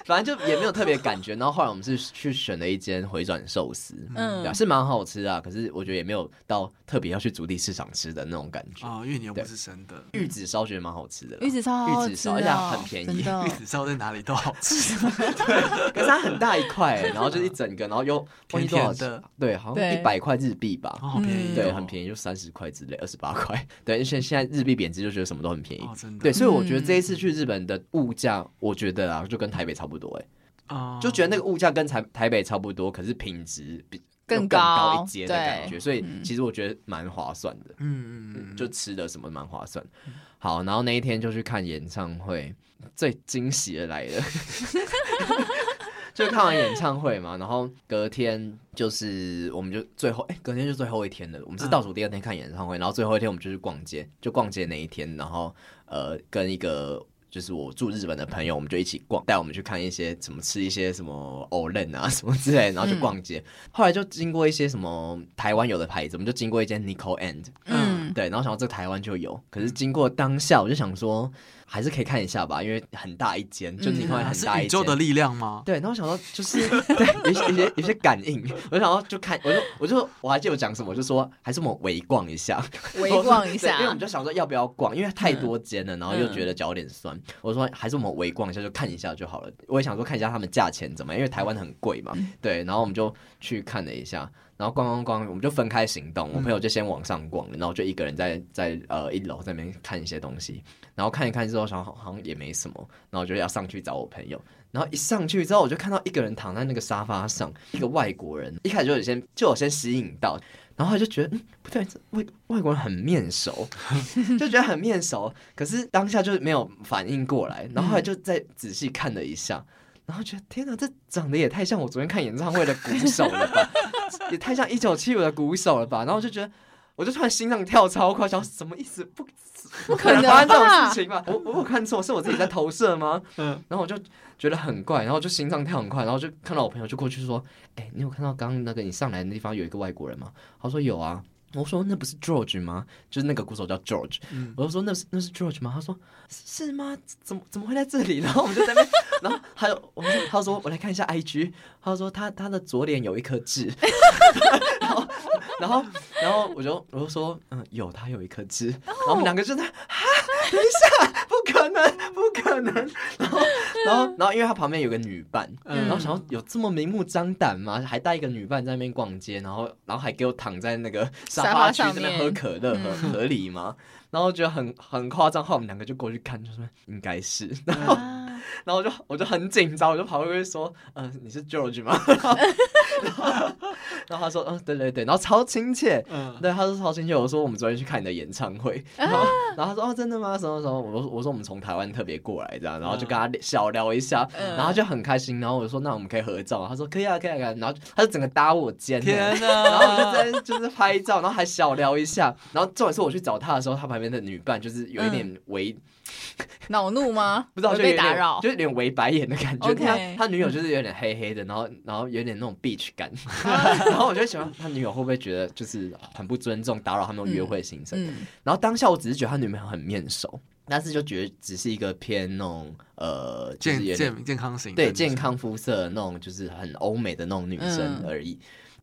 S1: 反正就也没有特别感觉。然后后来我们是去选了一间回转寿司，
S2: 嗯
S1: 对啊，是蛮好吃啊，可是我觉得也没有到特别要去竹地市场吃的那种感
S2: 哦
S1: 觉。
S3: 啊，因为你又不是生的，
S2: 嗯
S1: 玉子烧觉得蛮好吃的啦，
S2: 鱼子烧好好
S1: 玉子
S2: 吃
S1: 烧
S2: 哦，
S1: 而且很便宜
S2: 真的
S3: 玉子烧在哪里都好
S2: 嗯
S3: 吃，
S1: 可是它很大一块，欸然后就一整个，然后又忘 记
S3: 甜
S1: 多少
S3: 甜
S1: 钱，
S3: 的，
S1: 对，好像
S2: 对
S1: 一百块日币吧，
S3: 哦好便宜哦，
S1: 对，很便宜，就三十块之类，二十八块， 对，因为现现在日币贬值，就觉得什么都很便宜
S3: 哦，。真的，
S1: 对，所以我觉得这一次
S2: 嗯
S1: 去日本的物价，我觉得啊，就跟台北差不多，哎，
S3: 啊
S1: 就觉得那个物价跟台台北差不多，可是品质比
S2: 更
S1: 又高
S2: 高
S1: 一阶的感觉，
S2: 对嗯
S1: 所以其实我觉得蛮划算的。
S3: 嗯嗯
S1: 嗯
S3: 嗯，
S1: 就吃的什么蛮划算。好，然后那一天就去看演唱会，最惊喜的来了， 就看完演唱会嘛，然后隔天就是我们就最后，哎、隔天就最后一天了，我们是
S3: 嗯
S1: 倒数第二天看演唱会，然后最后一天我们就去逛街，就逛街那一天，然后呃，跟一个。就是我住日本的朋友，我们就一起逛，带我们去看一些什么吃一些什么藕冷啊 什么之类的，然后
S3: 嗯
S1: 去逛街。后来就经过一些什么台湾有的牌子，我们就经过一间 Nico and，
S2: 嗯，
S1: 对，然后想到这台湾就有，可是经过当下，我就想说还是可以看一下吧，因为很大一间，就你
S2: 嗯
S3: 天
S1: 看
S3: 啊
S1: 很
S3: 是
S1: 大一
S3: 宇宙
S1: 间。
S3: 的力量吗？
S1: 对，然后我想到就是 对有一些有一些有一些感应，我就想要就看，我就我就我还记得我讲什么，我就说还是我们围逛一下，
S2: 围逛一
S1: 对因为我
S2: 下
S1: 们，就想说要不要逛，因为太多间了，然后又觉得脚有点酸，我说还是我们围逛一下就看一下就好了。我也想说看一下他们价钱怎么样，因为台湾很贵嘛，对，然后我们就去看了一下，然后逛逛逛，我们就分开行动，我朋友就先往上逛了，然后我就一个人在在呃一楼在那边看一些东西，然后看一看之后想好好像也没什么，然后我就要上去找我朋友。然后一上去之后，我就看到一个人躺在那个沙发上，一个外国人。一开始就有先就有先吸引到，然后就觉得嗯不对，这外外国人很面熟， 就觉得很面熟，可是当下就是没有反应过来，然后后
S2: 嗯
S1: 来就再仔细看了一下，然后觉得天哪，这长得也太像我昨天看演唱会的鼓手了吧， 也太像一九七五的鼓手了吧，然后我就觉得。我就突然心脏跳超快，想什么意思？不，不可能
S2: 可能
S1: 发
S2: 啊
S1: 生这种
S2: 吧
S1: 事情吧？我我有看错，是我自己在投射吗？
S3: 嗯，
S1: 然后我就觉得很怪，然后就心脏跳很快，然后就看到我朋友就过去说：“哎、你有看到刚刚那个你上来的地方有一个外国人吗？”他说：“有啊。”我说：“那不是 George 吗？就是那个鼓手叫 George。
S3: 嗯
S1: 我就说：“那是那是 George 吗？”他说：“是是吗？怎么怎么会在这里？”然后我们就在那边，然后还有我们就他说：“我来看一下 IG。”他说他：“他的左脸有一颗痣。 然后”然后然后我就我就说：“嗯，有他有一颗痣。”然后我们两个就在不可能，不可能。然后，然后，然后，因为他旁边有个女伴，
S3: 嗯
S1: 然后想要有这么明目张胆吗？还带一个女伴在那边逛街，然后，然后还给我躺在那个沙发区
S2: 沙发上
S1: 这边喝可乐，
S2: 面
S1: 合合理吗？ 然后觉得很很夸张，后来我们两个就过去看，就说嗯应该是， 然后
S2: 啊
S1: 然后我就我就很紧张，我就跑过去说，嗯、你是 George 吗？ 然后，然后他说，嗯、对对对，然后超亲切，
S3: 嗯，
S1: 对，他说超亲切。我说我们昨天去看你的演唱会，然后、然后他说哦真的吗？什么什么？我说我说我们从台湾特别过来这样，然后就跟他小聊一下，
S2: 嗯
S1: 然后他就很开心。然后我说那我们可以合照吗，他说可以啊可以啊，可以啊然后他就整个搭我肩，
S3: 天哪，
S2: 嗯
S1: 然后我就在就是拍照，然后还小聊一下。然后重点是我去找他的时候，他旁边的女伴就是有一点围，
S2: 恼怒吗？
S1: 不知道
S2: 有
S1: 就有
S2: 嗯被
S1: 点
S2: 打扰
S1: 就，有点围白眼的感觉。
S2: OK
S1: 他他女友就是有点黑黑的，然后然后有点那种 beach 感，
S2: 嗯
S1: 然后我就想他女友会不会觉得就是很不尊重，打扰他们约会行程？
S2: 嗯，
S1: 然后当下我只是觉得他女朋友很面熟，但是就觉得只是一个偏那种呃，就是
S3: 健
S1: 有点
S3: 健健康型的
S1: 对
S3: 女生
S1: 健康肤色的那种，就是很欧美的那种女生
S2: 嗯
S1: 而已。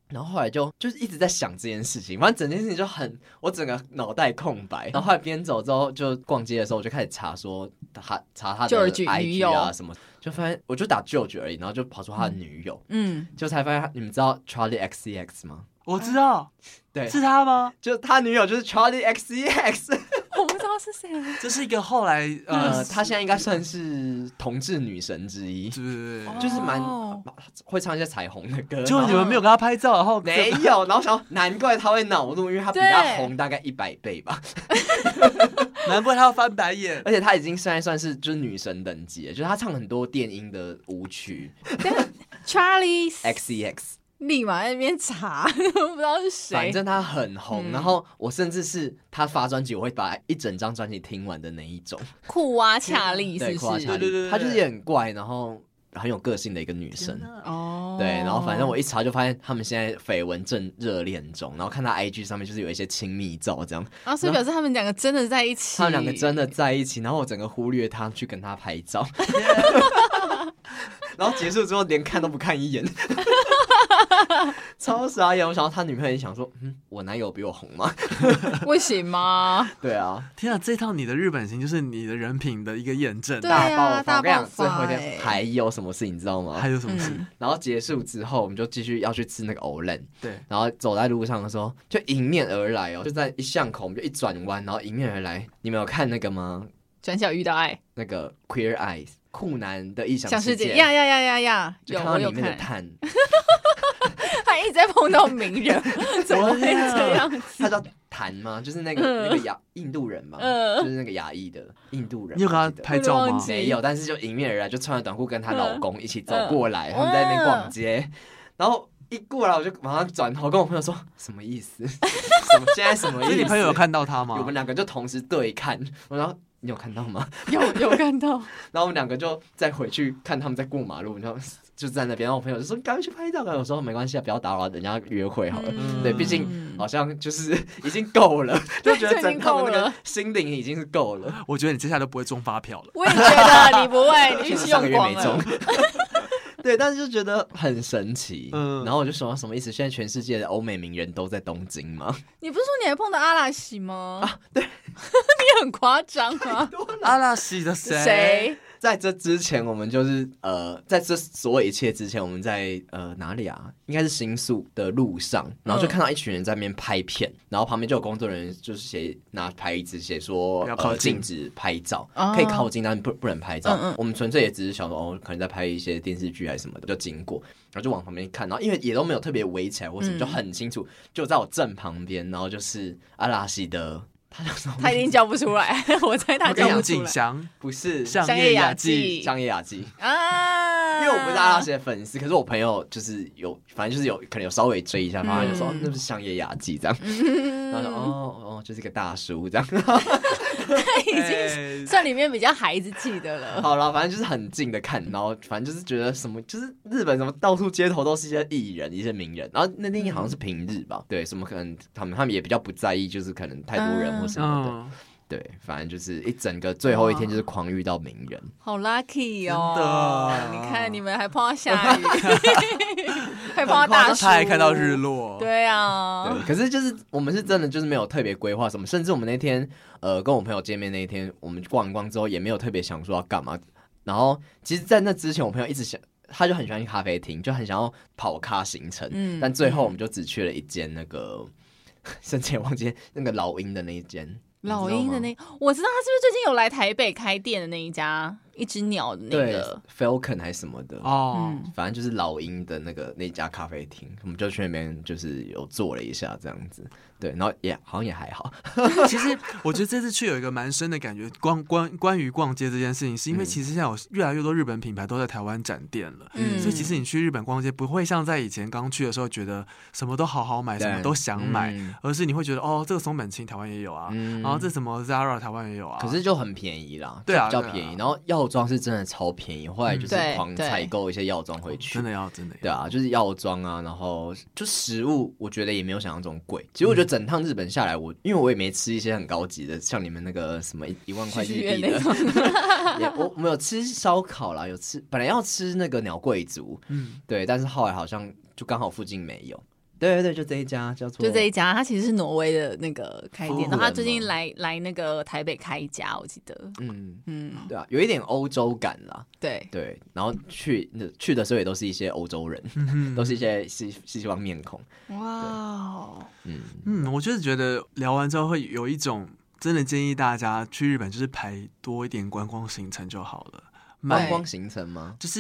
S1: 然后后来就就是一直在想这件事情，反正整件事情就很我整个脑袋空白。然后后
S2: 嗯
S1: 来边走之后，就逛街的时候，我就开始查说他查他的
S2: George 女
S1: IG 啊
S2: 友
S1: 什么，就发现我就打 George 而已，然后就跑出他的女友，
S2: 嗯，
S1: 就才发现他你们知道 Charlie XCX 吗？
S3: 我知道
S1: 对，
S3: 是他吗？
S1: 就他女友就是 Charlie XCX。
S2: 我不知 道是谁，
S1: 啊
S3: 这是一个后来
S1: 呃，
S3: 呃，
S1: 她现在应该算是同志女神之一，
S3: 对对对，
S1: 就是蛮
S2: 哦
S1: 会唱一些彩虹的歌。
S3: 就
S1: 然
S3: 你
S1: 后
S3: 们没有跟他拍照，然后
S1: 没有，然后想说难怪她会恼怒，因为她比
S2: 对
S1: 她红大概一百倍吧，
S3: 难怪他要翻白眼。
S1: 而且她已经现在算是就是女神等级了，就是她唱很多电音的舞曲 E
S2: Charlie
S1: XEX，
S2: 立马在那边查， 不知道是谁
S1: 反。正她很红。
S2: 嗯
S1: 然后我甚至是她发专辑，我会把一整张专辑听完的那一种。
S2: 库蛙恰利是
S1: 对，
S2: 不
S1: 夸
S2: 是
S1: 她？
S3: 对对对
S1: 她就是也很怪，然后很有个性的一个女生。
S2: 哦，
S1: 对，然后反正我一查就发现他们现在绯闻正热恋中，然后看他 IG 上面就是有一些亲密照这样，
S2: 啊，所以表示他们两个真的在一起，
S1: 他们两个真 的在一起，然后我整个忽略他去跟他拍照，然后结束之后连看都不看一眼，超傻眼。我想到他女朋友也想说，嗯，我男友比我红吗？
S2: 不行吗？
S1: 对啊，
S3: 天啊，这趟你的日本行就是你的人品的一个验证。
S2: 对
S1: 大
S2: 啊
S1: 爆发！
S2: 大
S1: 我跟你讲，
S2: 爆
S1: 最后一
S2: 发
S1: 天
S2: 欸
S1: 还有什么事你知道吗
S3: 还？有什么事？
S2: 嗯，
S1: 然后结束之后，我们就继续要去吃那个藕冷，
S3: 对，
S1: 然后走在路上的时候，就迎面而来哦，就在一巷口，我们就一转弯，然后迎面而来。你们有看那个吗？
S2: 转角遇到爱，
S1: 那个 Queer Eyes 酷男的异想
S2: 小世
S1: 世
S2: 界
S1: 界，
S2: 呀呀呀呀呀，
S1: 就
S2: 有
S1: 看到
S2: 我有
S1: 里面的
S2: 看，
S1: 碳，
S2: 他一直在碰到 名人， 怎么会这样子？
S1: 他叫谭吗？就是那个那
S2: 嗯
S1: 个亚印度人嘛，
S2: 嗯
S1: 就是那个亚裔的印度人。
S3: 你有给
S1: 我
S3: 他
S1: 记得
S3: 拍照
S2: 我都
S3: 吗
S2: 忘？记
S1: 没有，但是就迎面而来，就穿着短裤跟她老公一起走
S2: 嗯
S1: 过来，他们在那边逛街，然后一过来我就马上转头跟我朋友说什么意思？ 什么现在什么意
S3: 所
S1: 思？
S3: 以你朋友有看到他吗
S1: 我？们两个就同时对看，我说你有看到吗？
S2: 有有看到，
S1: 然后我们两个就再回去看他们在过马路，然后就站在那边，然后我朋友就说你赶快去拍照，我说没关系啊，不要打扰人家约会好了。
S3: 嗯
S1: 对，毕竟好像就是 已经够 了，就
S2: 对
S1: 觉得
S2: 就已
S1: 整
S2: 经
S1: 趟的
S2: 够
S1: 那个
S2: 了
S1: 心灵已经是够了。
S3: 嗯我觉得你接下来都不会中发票了。
S2: 我也觉得你不 会，你
S1: 就
S2: 运
S1: 是
S2: 气
S1: 上个
S2: 哎
S1: 月
S2: 用光
S1: 没中
S2: 了。。
S1: 对，但是就觉得很神奇。
S3: 嗯
S1: 然后我就说什么意思？现在全世界的欧美名人都在东京吗？
S2: 你不是说你还碰到阿拉西吗？
S1: 啊
S2: 对，你很夸张啊！
S3: 阿拉西的谁？
S2: 谁？
S1: 在这之前，我们就是呃，在这所有一切之前，我们在呃哪里啊？应该是新宿的路上，然后
S2: 嗯
S1: 就看到一群人在那边拍片，然后旁边就有工作人员就是写拿牌子写说
S3: 不要靠
S1: 呃
S3: 近
S1: 禁止拍照，
S2: 哦
S1: 可以靠近，但不不能拍照。
S2: 嗯嗯
S1: 我们纯粹也只是想说哦，可能在拍一些电视剧还是什么的，就经过，然后就往旁边看，然后因为也都没有特别围起来或什么，
S2: 嗯
S1: 就很清楚，就在我正旁边，然后就是阿拉西的，他叫什么名字？
S2: 他一定叫不出来， 我猜他
S3: 我
S2: 叫
S3: 跟
S2: 不
S3: 杨
S2: 出
S3: 景
S2: 来
S3: 祥、
S1: 不是
S3: 向
S2: 上
S3: 叶
S2: 野
S3: 雅
S2: 雅
S3: 纪
S2: 纪，
S1: 香叶雅纪。
S2: 啊！
S1: 因为我不是阿拉西的粉丝，可是我朋友就是有，反正就是有可能有稍微追一下，然后就说、哦
S2: 嗯
S1: 那不是香叶雅纪这样，
S2: 嗯，
S1: 然后说哦哦就是个大叔这样，
S2: 他已经
S3: 哎
S2: 算里面比较孩子气的了。
S1: 好了，反正就是很近的看，然后反正就是觉得什么就是日本什么到处街头都是一些艺人一些名人，然后那天好像是平日吧，对，什么可能他们他们也比较不在意，就是可能太多人或什么的，
S3: 嗯，
S1: 对，反正就是一整个最后一天就是狂遇到名人，
S2: 好 lucky
S3: 真
S2: 哦
S3: 的！
S2: 你看你们还碰到下雨，还碰到大
S3: 他
S2: 叔，
S3: 还看到日。落，，
S2: 对啊，
S1: 对，可是就是我们是真的就是没有特别规划什么，甚至我们那天呃跟我朋友见面那一天，我们逛一逛之后也没有特别想说要干嘛。然后其实，在那之前，我朋友一直想，他就很喜欢去咖啡厅，就很想要跑咖行程。
S2: 嗯
S1: 但最后我们就只去了一间那个， 甚至也忘记那个老鹰的那一间。
S2: 老鹰的
S1: 你
S2: 那，我知道他是不是最近有来台北开店的那一家，一只鸟的那
S1: 知道吗
S2: 个，
S1: 对 Falcon 还是什么的，
S3: 哦，
S2: 嗯，
S1: 反正就是老鹰的那个那家咖啡厅，我们就去那边就是有坐了一下这样子。对，然后也好像也还好。
S3: 其实我觉得这次去有一个蛮深的感觉，关关关于逛街这件事情，是因为
S1: 嗯
S3: 其实现在有越来越多日本品牌都在台湾展店了。
S2: 嗯
S3: 所以其实你去日本逛街，不会像在以前刚去的时候觉得什么都好好买，什么
S1: 对
S3: 都想买，
S1: 嗯
S3: 而是你会觉得哦，这个松本清台湾也有啊，
S1: 嗯
S3: 然后这什么 Zara 台湾也有啊。
S1: 可是就很便宜啦，
S3: 对啊
S1: 就比较
S3: 对啊嗯
S1: 便宜。然后药妆是真的超便宜，后来就是
S2: 对
S1: 狂
S2: 对
S1: 采购一些药妆回去
S3: 真。的要真的要，
S1: 对啊，就是药妆啊，然后就食物，我觉得也没有想象中
S3: 嗯
S1: 贵。其实我觉得整趟日本下来我，因为我也没吃一些很高级的，像你们那个什 么一一万块日币的
S2: 那，种，
S1: 也我我们有吃烧烤啦，有吃本来要吃那个鸟贵族，
S3: 嗯，
S1: 对，但是后来好像就刚好附近没有。对对对，就这一家叫做
S2: 就这一家，它其实是挪威的那个开
S1: 服务
S2: 店，
S1: 人
S2: 然后它最近
S1: 嘛
S2: 来来那个台北开一家，我记得，
S1: 嗯，
S2: 嗯，
S1: 对啊，有一点欧洲感啦。
S2: 对，
S1: 对，然后去那去的时候也都是一些欧洲人，
S3: 嗯
S1: 都是一些西西方面孔。
S2: 哇哦，
S1: 嗯，
S3: 嗯，我就是觉得聊完之后会有一种真的建议大家去日本就是排多一点观光行程就好了，
S1: 观
S3: 买
S1: 光行程吗？
S3: 就是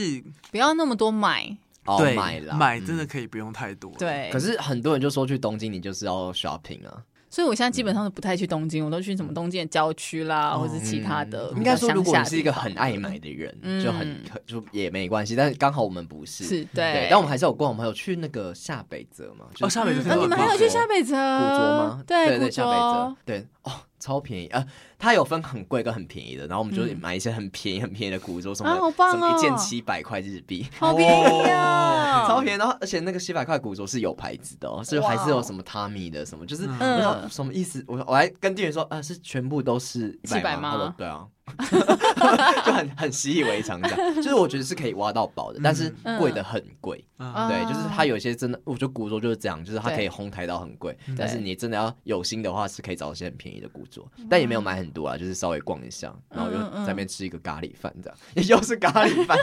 S2: 不要那么多买，
S1: 哦，
S3: 对
S1: 买啦，
S3: 买
S1: 嗯
S3: 真的。可以不用太多，，
S2: 对，
S1: 可是很多人就说去东京你就是要 shopping 啊，
S2: 所以我现在基本上都不太去东京，我都去什么东京的郊区啦，
S3: 哦
S2: 或者是嗯其他的。
S1: 嗯应该说，如果你
S2: 你
S1: 是一个很爱买的人，
S2: 嗯
S1: 就很就也没关系。但是刚好我们不是，
S2: 是
S1: 对
S2: 对，，
S1: 但我们还是有逛，我们还有去那个下北泽嘛，就
S3: 哦，
S1: 是
S3: 下
S2: 嗯
S3: 面就是
S2: 啊，你们还有去下北泽？
S1: 古着吗？
S2: 对，
S1: 对
S2: 古
S1: 对，下北泽
S2: 着。，
S1: 对哦，超便宜呃，它有分很贵跟很便宜的，然后我们就买一些很便宜很便宜的古着，什么
S2: 嗯啊好棒哦
S1: 什么一件七百块日币，
S2: 好便宜啊！
S1: 哦 超
S2: 宜，
S1: 便宜，然哦后而且那个七百块古着是有牌子的哦，是还是有什么 Tommy 的什么，就是我想
S2: 嗯
S1: 什么意思？我我还跟店员说，啊，是全部都是100
S2: 700吗
S1: 他说对啊， 就很很习以为常这样。就是我觉得是可以挖到宝的，但是贵的很贵。
S3: 嗯
S2: 啊
S1: 对，就是它有些真的，我觉得古着就是这样，就是它可以
S2: 对
S1: 哄抬到很贵，
S2: 嗯
S1: 但是你真的要有心的话，是可以找一些很便宜的古着，但也没有买很多啊，就是稍微逛一下，然后就
S2: 嗯嗯嗯
S1: 在那边吃一个咖喱饭这样， 又是咖喱 饭，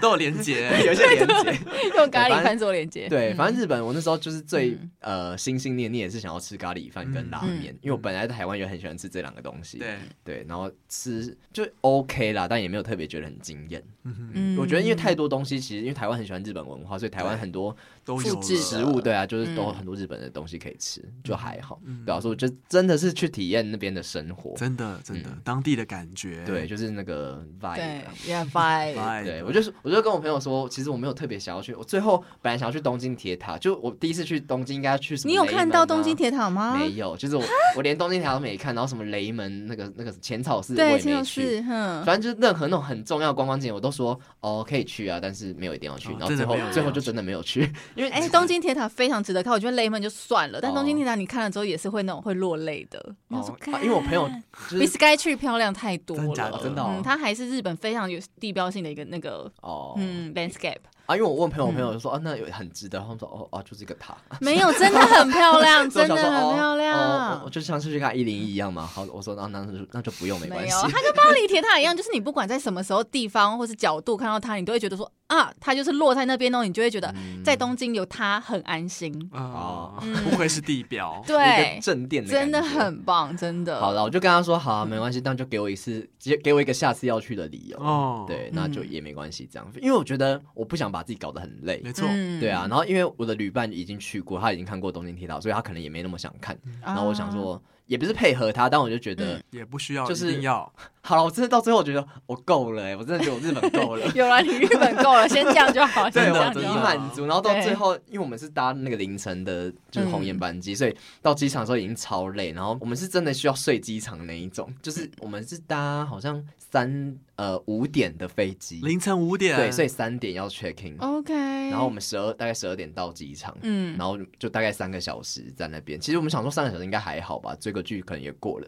S3: 都有连结。
S1: 有一些连接。
S2: 用咖喱饭做连接。
S1: 对，
S2: 嗯
S1: 反正日本我那时候就是最、
S2: 嗯
S1: 呃心心念念也是想要吃咖喱饭跟拉面，因为我本来在台湾也很喜欢吃这两个东西。
S3: 对，
S1: 对，然后吃就 OK 啦，但也没有特别觉得很惊艳。
S3: 嗯哼
S2: 嗯
S1: 我觉得因为太多东西，其实因为台湾很喜欢日本文化，所以台湾
S3: 对
S1: 很多
S3: 都有
S2: 复制
S3: 了
S1: 食物，对啊，就是都有
S2: 嗯
S1: 很多日本的东西可以吃，就还好。
S3: 嗯
S1: 对啊，所以我就真的是去体验那边的生活。
S3: 真的真的
S1: 嗯
S3: 当地的感觉。
S1: 对，就是那个 vibe
S2: 对
S1: 啊。
S2: ，Yeah bye。
S3: 哎，
S1: 对，我就是，我就跟我朋友说，其实我没有特别想要去，我最后本来想要去东京铁塔，就我第一次去东京应该要去什么、
S2: 你有看到东京、铁塔吗？啊
S1: 没有，就是我我连东京铁塔都没看，然后什么雷门那个那个浅草寺我
S2: 对，
S1: 也
S2: 青
S1: 没
S2: 龙
S1: 去。
S2: 寺，哼，
S1: 反正就是任何那种很重要的观光景点，我都说哦可以去啊，但是没有一定要去。
S3: 哦
S1: 然后
S3: 真
S1: 最
S3: 的
S1: 后
S3: 没有
S1: 最后就真的没有去，因为
S2: 哎、东京铁塔非常值得看，我觉得雷门就算了，但
S1: 哦
S2: 东京铁塔你看了之后也是会那种会落泪的。你要说
S1: 哦啊因为我朋友就
S2: 比
S1: 是
S2: Sky 去漂亮太多
S3: 真假
S2: 了，
S3: 的
S1: 真的哦
S2: 嗯，它还是日本非常有地标性的一个那个
S1: 哦
S2: 嗯 landscape，
S1: 啊，因为我问朋友，我
S2: 嗯
S1: 朋友就说啊那有很值得，他们说哦啊就是一个 塔，
S2: 没有真的很漂亮，
S1: 所以我
S2: 真的
S1: 想说
S2: 很漂亮。
S1: 哦哦我就像是去看一零一一样嘛。好，我说那那就那就不用没关
S2: 没
S1: 系
S2: 有，。它跟巴黎铁塔一样，就是你不管在什么时候、地方或是角度看到它，你都会觉得说啊，它就是落在那边哦，你就会觉得
S1: 嗯
S2: 在东京有它很安心。
S3: 啊，
S2: 嗯
S3: 不愧是地标。
S1: 一
S2: 对
S1: 个，正殿的感
S2: 真
S1: 觉
S2: 的很嗯棒，真的。
S1: 好了，我就跟他说好啊、没关系，但就给我一次，给给我一个下次要去的理由。
S3: 哦
S1: 对，那就
S2: 嗯
S1: 也没关系，这样，因为我觉得我不想把自己搞得很累。
S3: 没错，
S2: 嗯，
S1: 对啊，然后因为我的旅伴已经去过，他已经看过东京铁塔，所以他可能也没那么想看。然后我想
S2: 啊，
S1: 说，也不是配合他，但我就觉得，
S2: 嗯。
S3: 也不需要，
S1: 就是
S3: 一定要。
S1: 好了，我真的到最后我觉得我够了、欸，我真的觉得我日本够了
S2: 有了，你日本够了，先这样就好，
S1: 对，
S2: 先
S3: 真
S2: 这
S3: 的
S1: 我
S2: 样
S3: 真
S2: 就
S3: 的
S1: 已
S2: 好。
S1: 满足，然后到
S2: 对
S1: 最后，因为我们是搭那个凌晨的，就是红眼班机，所以到机场的时候已经超累，然后我们是真的需要睡机场那一种，就是我们是搭好像三呃五点的飞机，
S3: 凌晨五点，
S1: 对，所以三点要 check in，
S2: OK，
S1: 然后我们十二大概十二点到机场，
S2: 嗯
S1: 然后就大概三个小时在那边。其实我们想说三个小时应该还好吧，追个剧可能也过了。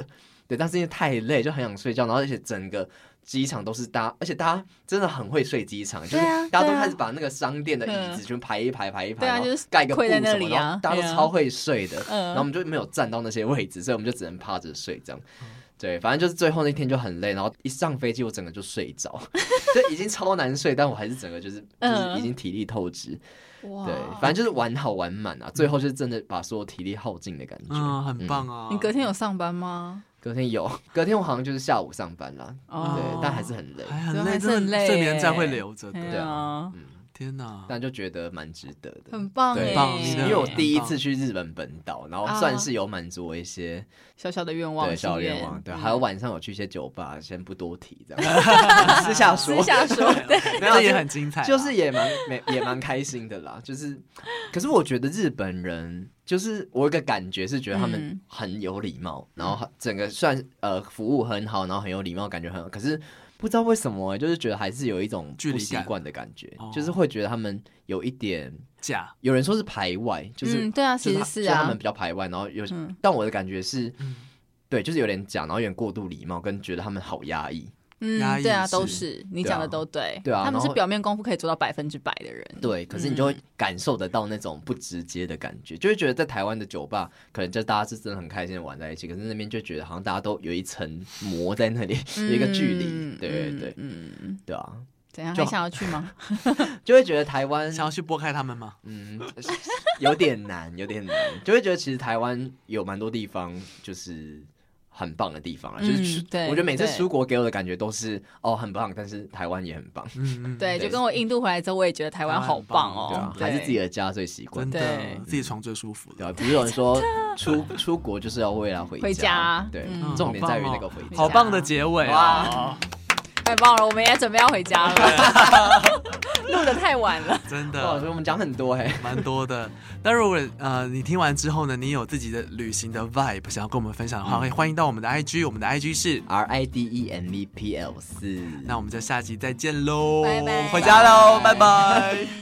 S1: 对，但是因为太累，就很想睡觉，然后而且整个机场都是搭，而且大家真的很会睡机场，就
S2: 对
S1: 是
S2: 啊
S1: 大家都
S2: 对啊
S1: 开始把那个商店的椅子
S2: 嗯
S1: 全部排一排排一排，
S2: 对啊
S1: 然后
S2: 就是
S1: 盖一个布
S2: 跪
S1: 什
S2: 在
S1: 么，
S2: 那里啊
S1: 然后大家
S2: 对
S1: 都
S2: 啊
S1: 超会睡的，
S2: 嗯
S1: 然后我们就没有占到那些位置，所以我们就只能趴着睡这样。 对，反正就是最后那天就很累，然后一上飞机我整个就睡着， 就已经超难睡，但我还是整个就是就是
S2: 嗯
S1: 已经体力透支，
S2: 哇
S1: 对，反正就是玩好玩满啊，最后就是真的把所有体力耗尽的感觉。
S3: 嗯，很棒啊。
S2: 你隔天有上班吗？
S1: 隔天有，隔天我好像就是下午上班啦，
S2: 哦
S1: 对，但还是很累，
S3: 还很
S2: 对
S3: 累，
S2: 还是
S3: 真
S2: 很
S3: 的
S2: 累
S3: 睡眠
S2: 耶
S3: 债会留着的。
S2: 对
S1: 对啊
S2: 啊，
S1: 嗯，
S3: 天哪，
S1: 但就觉得蛮值得的，
S2: 很棒哎
S1: 对
S2: 耶，
S3: 棒你的
S1: 因为我第一次去日本本岛，然后
S2: 啊
S1: 算是有满足我一些
S2: 小小的愿望，
S1: 对小
S2: 心愿
S1: 愿望，对，
S2: 嗯
S1: 还有晚上有去一些酒吧，先不多提这 样，私下说
S2: 私，下说，对，
S1: 没有
S3: 这也
S1: 就
S3: 很精彩啊，
S1: 就是也蛮也也蛮开心的啦，就是，可是我觉得日本人就是我有一个感觉是觉得他们
S2: 嗯
S1: 很有礼貌，然后整个算呃服务很好，然后很有礼貌，感觉很好，可是不知道为什么、欸就是觉得还是有一种
S3: 距
S1: 不
S3: 离
S1: 习
S3: 感
S1: 惯的感觉，
S3: 哦
S1: 就是会觉得他们有一点，
S3: 假，
S1: 有人说是排外， 就是、
S2: 嗯，对啊，
S1: 就
S2: 其
S1: 是
S2: 实
S1: 他
S2: 是
S1: 就他
S2: 啊
S1: 们，比较排外，然后有，
S2: 嗯
S1: 但我的感觉是
S3: 嗯。
S1: 对，就是有点假，然后有点过度礼貌，跟觉得他们好压抑。
S2: 嗯
S3: 压抑，
S2: 对啊，都
S3: 是
S2: 是你
S1: 对啊
S2: 讲的都对，
S1: 对啊
S2: 他们是
S1: 然后
S2: 表面功夫可以做到百分之百的人，
S1: 对，可是你就
S2: 嗯
S1: 会感受得到那种不直接的感觉，就会觉得在台湾的酒吧，可能就大家是真的很开心的玩在一起，可是那边就觉得好像大家都有一层膜在 那里，有一个距离
S2: 嗯。
S1: 对对对，
S2: 嗯，嗯
S1: 对啊，
S2: 怎样
S1: 就
S2: 还想要去 吗？
S1: 就会觉得台湾
S3: 想要去拨开他们吗？
S1: 嗯有点难，有点难，就会觉得其实台湾有蛮多地方就是。很棒的地方啊，就是
S2: 嗯
S1: 出
S2: 对
S1: 我觉得每次
S2: 对
S1: 出国给我的感觉都是哦很棒，但是台湾也很棒，
S3: 嗯，嗯
S2: 对，
S1: 对
S2: 就跟我印度回来之后，我也觉得台湾好棒
S1: 对啊
S2: 哦，，
S1: 还是自己的家最习惯
S3: 真。的
S2: 对
S3: 自己床最舒服
S1: 对
S3: 了，
S1: 啊，不是有人说出出国就是要为了回
S2: 回家
S1: 对，
S2: 嗯
S1: 重点在于那个回家。
S3: 好棒的结尾啊！
S2: 太棒了，我们也准备要回家了， 录的太晚了。
S3: 真
S1: 哇，所
S3: 的
S1: 以我们讲很多哎、
S3: 蛮多的。但如果呃你听完之后呢，你有自己的旅行的 vibe 想要跟我们分享的话，可以欢迎到我们的 IG，我们的 IG 是。
S1: R I D E M V P L 四。
S3: 那我们就下集再见喽，
S2: 拜拜
S3: 回家喽，拜拜。